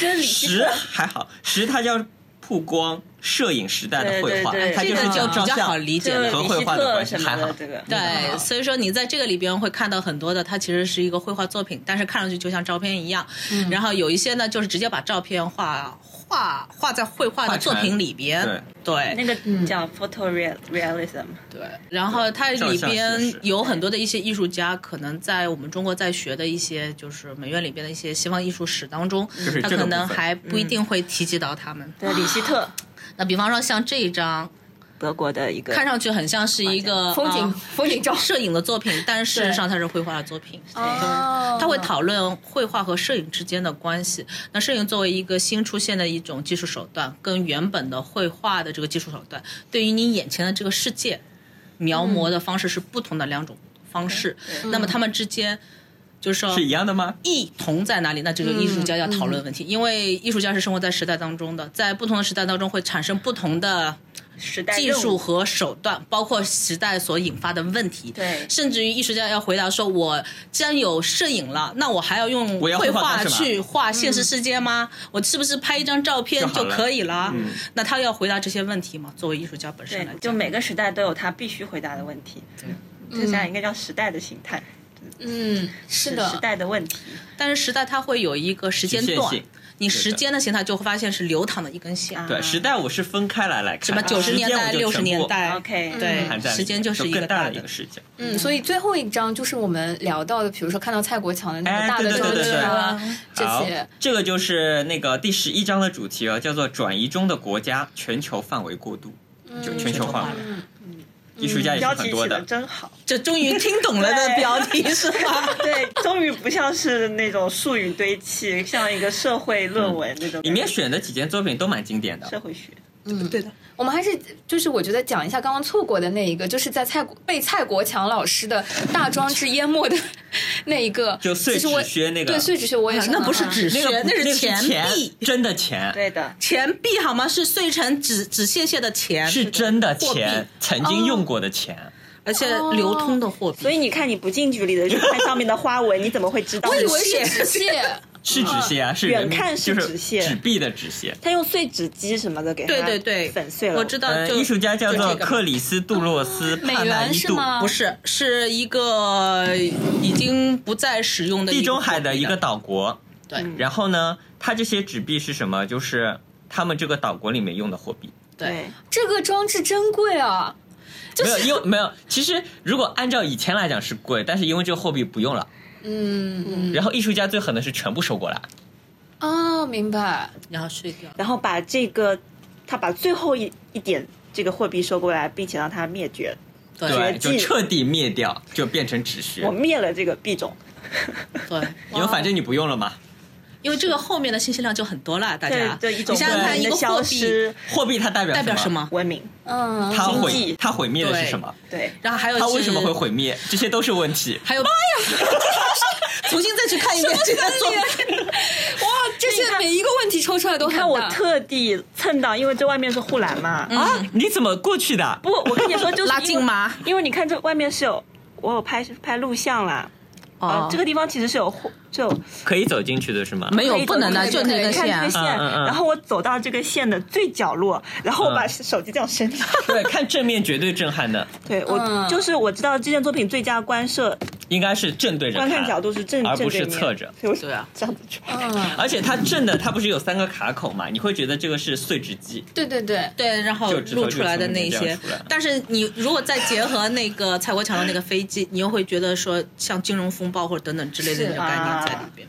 真理性十还好，十它叫曝光摄影时代的绘画对对，对它就这个是就叫比照较相好理解就了是和李绘希画的特关系什么还好的这个，对，哎啊所以说你在这个里边会看到很多的，它其实是一个绘画作品，但是看上去就像照片一样。嗯然后有一些呢，就是直接把照片画画画在绘画画的成作品里边。对 那个叫 photo real realism，对，然后它照里相边形式有很多的一些艺术家，可能在我们中国在学的一些就是美院里边的一些西方艺术史当中是，他这个可部能分还不一定会提及到他们。嗯对，李希特，那比方说像这一张，德国的一个，看上去很像是一 个风景、啊风景照摄影的作品，但事实上它是绘画的作品。哦他会讨论绘画和摄影之间的关系。那摄影作为一个新出现的一种技术手段，跟原本的绘画的这个技术手段，对于你眼前的这个世界描摹的方式是不同的两种方式。那么他们之间，就是说是一样的吗？异同在哪里？那这个艺术家要讨论问题，因为艺术家是生活在时代当中的，在不同的时代当中会产生不同的时代技任务术和手段，包括时代所引发的问题。对甚至于艺术家要回答说：“我既然有摄影了，那我还要用我要绘绘画画干什么去画现嗯实世界吗？我是不是拍一张照片就好就了嗯可以了？”那他要回答这些问题嘛？作为艺术家本身对来，就讲，每个时代都有他必须回答的问题，这样应该叫时代的形态，嗯，是嗯是的，时代的问题，但是时代它会有一个时间局限段性。你时间的形态就会发现是流淌的一根线。啊对，时代我是分开来来看，什么九十年代、六十年，代 OK，对嗯含在里面时间就是一有个更大大的一个视角。嗯，所以最后一章就是我们聊到的，比如说看到蔡国强的那个哎大的这对对个对区对啊，这好些，，这个就是那个第十一章的主题啊，叫做“转移中的国家全球范围过渡”，就全球化嘛。嗯艺术家也是标题很多起的的，真好，这终于听懂了的对标题是吧？ 对，终于不像是那种术语堆砌，像一个社会论文那种感嗯觉。里面选的几件作品都蛮经典社的。会学，嗯，对的，我们还是就是我觉得讲一下刚刚错过的那一个，就是在蔡国被蔡国强老师的大装置淹没的那一个， 就碎其实我纸靴那个对碎纸靴我也是、啊啊那不是啊纸那屑个，不是是钱币钱，，真的钱，对的，钱币好吗？是碎成纸纸屑屑的钱，是真的货币钱，曾经用过的钱。而且流通的货币。哦所以你看，你不近距离的去看上面的花纹，你怎么会知 道？我以为是纸屑，是纸屑啊，是远人民看是就纸屑纸币的纸屑。他用碎纸机什么的给它对对对，粉碎了。我知道，呃，就艺术家叫就做这个克里斯杜洛斯·美帕纳元伊是杜，吗？不是，是一个已经不再使用的一个地中海的一货个币岛国。对然后呢，它这些纸币是什么？就是他们这个岛国里面用的货币。对。对，这个装置真贵啊！没有，因为没有。其实如果按照以前来讲是贵，但是因为这个货币不用了。嗯嗯然后艺术家最狠的是全部收过来，哦，明白。然后碎掉了。然后把这个，他把最后一一点这个货币收过来，并且让它灭绝，对对，绝就迹彻底灭掉，就变成纸屑嗯我。灭了这个币种。对，因为反正你不用了嘛，因为这个后面的信息量就很多了，大家。对对一种你想想看，文一明个的货消币失，货币它代表代表什什么？么？文明嗯，它经济毁它毁灭的是什么？对。然后还有它为是什么会毁灭？这些都是问题。还有妈呀！ 重新再去看一遍这个作品，哇，这些每一个问题抽出来都你看很我大特地蹭到，因为这外面是护栏嘛。哦啊，你怎么过去的？不，我跟你说，就是因为嗯拉近吗？因为你看这外面是有，我有拍拍录像啦。哦啊，这个地方其实是有护，是有可以走进去的是吗？没有可以哎不能的，走就进去那可以根看这个线。啊线，嗯嗯嗯然后我走到这个线的最角落，然后我把嗯手机这样伸 出来。对，看正面绝对震撼的，对我、嗯就是我知道这件作品最佳观射应该是正对着观看角度是正，而不正对是面侧着。所以我对啊这样子出来。嗯，而且它正的，它不是有三个卡口嘛？你会觉得这个是碎纸机，对对对，对，然后就指头露出来的那就从些里面这样出来，但是你如果再结合那个蔡国强的那个飞 机，你又会觉得说像金融风暴或者等等之类的那是种概念啊在里边。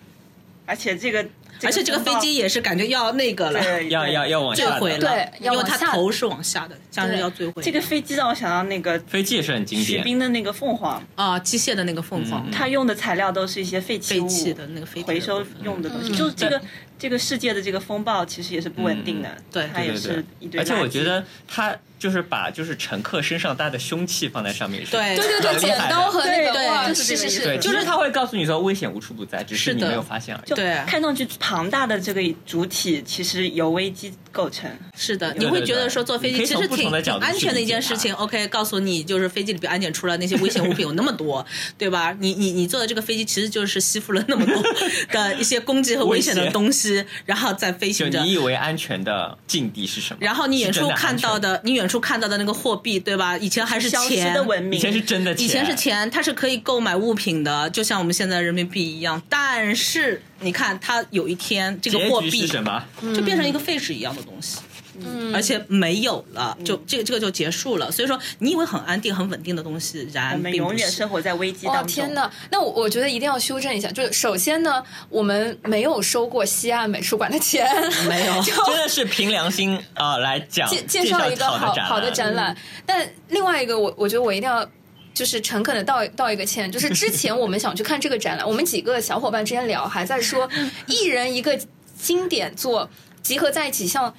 而且这个，而且这个飞机也是感觉要那个了，对要要。要往坠下的毁了，对因要为往它下头是往下的，像是对要坠毁。这个飞机让我想到那个飞机也是很经徐典，冰的那个凤凰，啊，机械的那个凤凰嗯，它用的材料都是一些废弃废物弃的那个飞机的回收部分用的东西，嗯就是这个这个世界的这个风暴其实也是不稳定的，对它也嗯对对是一对。堆垃圾。而且我觉得它就是把就是乘客身上带的凶器放在上面是对对对对，很厉害剪的刀和那对个哇，对是是对是对，，就是他会告诉你说危险无处不在，只是是你的没有发现而已就。对看上去庞大的这个主体，其实由危机构成。是的，对你会对觉得对说坐飞机你可以其从实不挺同的角挺度安去全的理一解啊件它事情。OK，告诉你，就是飞机里边安检出来那些危险物品有那么多， 对吧？你你你坐的这个飞机其实就是吸附了那么多 的一些攻击和危险威的胁东西，然后再飞就行着你。以为安全的境地是什么？然后你远是处真的安看全到，的，你远处看到的那个货币，对吧？以前还是消失钱的文明，以前是真的钱，以前是钱，它是可以购买物品的，就像我们现在人民币一样。但是你看，它有一天这个结货局币是什么？就变成一个废纸一样的东西，嗯而且没有了，嗯就这个这个就结束了。所以说，你以为很安定、很稳定的东西，然我而们并永不远是。生活在危机哇当中。天呐，那我我觉得一定要修正一下，就是首先呢，我们没有收过西岸美术馆的钱，没有就真的是凭良心啊、来讲介介介绍一个好好的的展览。嗯但另外一个，我我觉得我一定要。就是诚恳的道道一个歉，就是 之前我们想去看这个展览，我们几个小伙伴之间聊，还在 说一人一个经典作集合在一起，像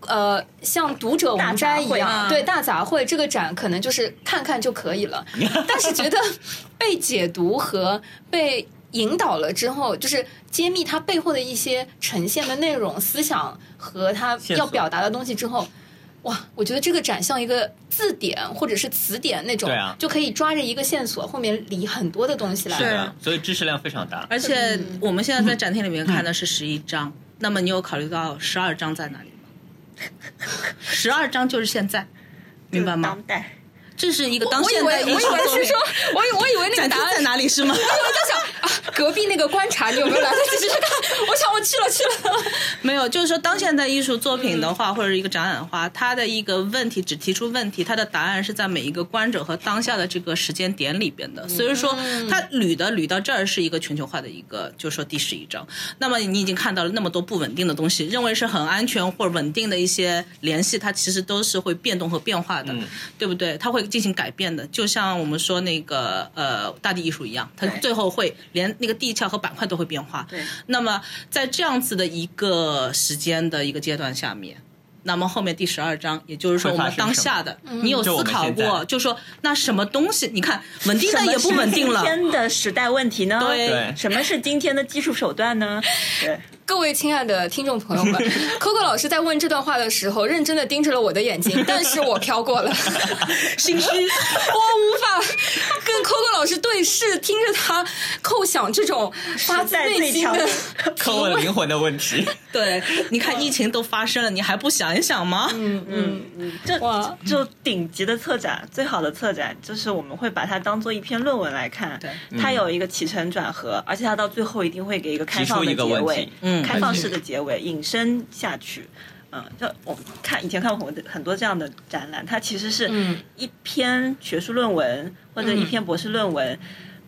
呃像读者文摘一大杂烩样，啊对大杂烩这个展可能就是看看就可以 了，但是觉得被解读和被引导了之后，就是揭秘它背后的一些呈现的内容、思想和它线要索表达的东西之后，哇，我觉得这个展像一个字典或者是词典那种，对啊就可以抓着一来，后后面理很多的东西来。是对的啊，所以知识量非常大。 而且我们现在在展厅里面看的是十一张，嗯那么你有考虑到十二张在哪里吗？十二张就是现在，明白吗当？代这是一个当我以现代为我以艺术作为品是说，我以我以为那个展答厅案在哪里是吗？ 我在想，啊隔壁那个观察，你有没有来 得及试试看？我想我去了去了。 没有，就是说当现代艺术作品的话，或者一个展览的话，它的一个问题只提出问题，它的答案是在每一个观者和当下的这个时间点里边的。所以说，它捋的捋到这儿是一个全球化的一个，就是说第十一章。那么你已经看到了那么多不稳定的东西，认为是很安全或者稳定的一些联系，它其实都是会变动和变化的，对不对？它会进行改变的，就像我们说那个呃大地艺术一样，它对最后会连那个地壳和板块都会变化。对，那么在这样子的一个时间的一个阶段下面，那么后面第十二章，也就是说会我发们生当什么下的，你有就我思们考现在过，就说那什么东西，你看稳定但也不稳定了什么是。今天的时代问题呢？对对什么是今天的技术手段呢？对，各位亲爱的听众朋 友们，Coco 老师在问这段话的时候，认真的盯着了我的眼 睛，但是我飘过了，心 虚，我无法跟 Coco 老师对视，听着他叩响这种发自内心的时提叩问问。灵魂的问题。对，你看疫情都发生了，你还不想一想吗？嗯嗯，就哇就顶级的策展，最好的策展，就是我们会把它当做一篇论文来看。对，它有一个起承转合，而且它到最后一定会给一个开放提出的一个结问尾题，嗯开放式的结尾，引申下去。嗯，就我们看以前看过很很多这样的展览，它其实是嗯一篇学术论文或者一篇博士论文，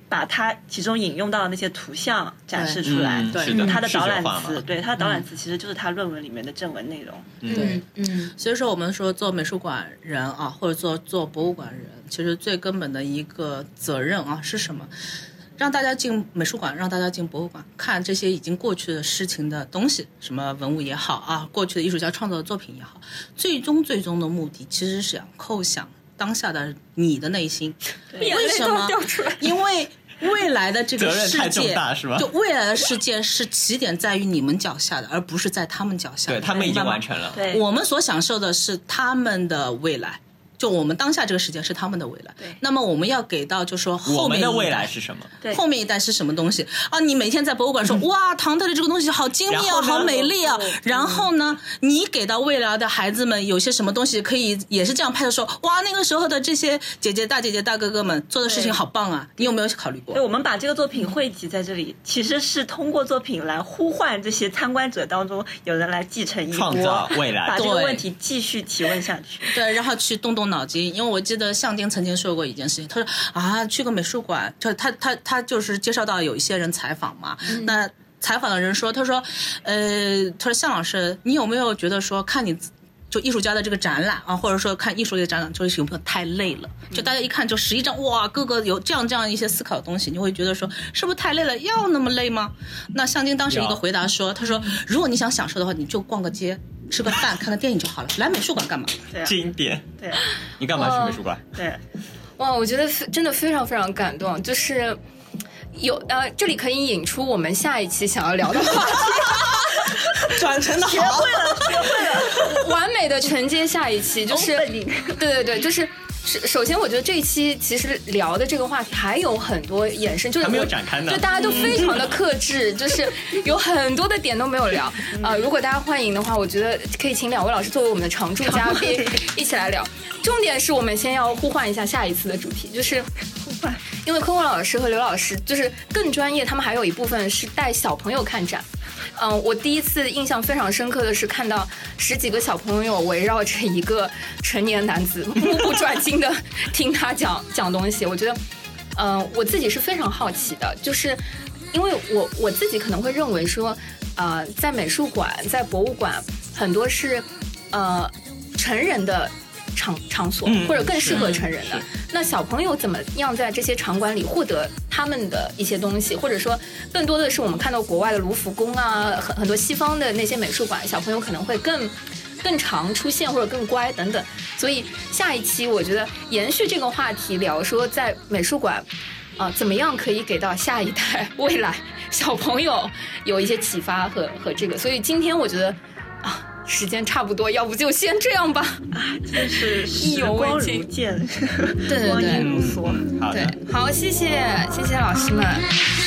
把它其中引用到的那些图像展示出来。嗯对是的，它的视觉导览化词，嘛，对它的导览词其实就是它论文里面的正文内容。嗯 嗯，所以说，我们说做美术馆人啊，或者做做博物馆人，其实最根本的一个责任啊是什么？让大家进美术馆，让大家进博物馆，看这些已经过去的事情的东西，什么文物也好啊，过去的艺术家创作的作品也好，最终最终的目的其实是想叩响当下的你的内心。眼为泪什都要么？掉出来。因 为未来的这个责任世太重界大是吧就未来的世界是起点在于你们脚下的，而不是在他们脚下的。对他们已明白经吗完成了。对，我们所享受的是他们的未来，就我们当下这个时间是他们的未来。对那么我们要给到，就说我后面一们的代未来。是什么？对嗯后面一代是什么东西啊？你每天在博物馆说、哇，唐代的这个东西好精密然啊，后呢好美丽哦啊。然后呢，你给到未来的孩子们有些什么东西可以也是这样拍的说哇，那个时候的这些姐姐、大姐姐、大哥哥们做的事情对好棒啊！你有没有考虑过对，？我们把这个作品汇集在这里，其实是通过作品来呼唤这些参观者当中有人来继承衣钵，创造未来 把这个对问题继续提问下去。对，然后去动动脑筋，因为我记得向丁曾经说过一件事情，他说啊，去个美术馆，就他他他就是介绍到有一些人采访嘛，那采访的人说，他说，呃，他说向老师，你有没有觉得说看你自。就艺术家的这个展览啊，或者说看艺术类的展览，就是有没有太累了？就大家一看就十一张，哇，各个有这样这样一些思考的东西，你会觉得说是不是太累了？要那么累吗？那向丁当时一个要回答说，他说如果你想享受的话，你就逛个街、吃个饭、看个电影就好了，来美术馆干嘛？对啊经典，对啊你干嘛去美术馆？对，哇，我觉得非真的非常非常感动，就是有呃，这里可以引出我们下一期想要聊的话题，转成的好， 完美的承接下一期，就是 Opening 对对对，就是。首首先，我觉得这一期其实聊的这个话题还有很多衍生，就是还没有我展开呢就大家都非常的克制， 就是有很多的点都没有聊。啊。如果大家欢迎的话，我觉得可以请两位老师作为我们的常驻嘉宾一起来聊。重点是我们先要呼唤一下下一次的主题，就是因为坤坤老师和刘老师就是更专业，他们还有一部分是带小朋友看展。嗯，我第一次印象非常深刻的是看到十几个小朋友围绕着一个成年男子，目不转睛的听他讲讲东西。我觉得，嗯，我自己是非常好奇的，就是因为我我自己可能会认为说，呃，在美术馆、在博物馆，很多是呃成人的场场所，嗯或者更适合是成人的。那小朋友怎么样在这些场馆里获得他们的一些东西，或者说更多的是我们看到国外的卢浮宫啊，很很多西方的那些美术馆，小朋友可能会更更常出现或者更乖等等。所以下一期我觉得延续这个话题聊说在美术馆。啊、怎么样可以给到下一代、未来小朋友有一些启发和和这个？所以今天我觉得啊，时间差不多，要不就先这样吧。真是 意时犹未光尽如箭，对对 光 阴对如梭。嗯，好的。对，好，谢谢谢谢老师「们。あなたの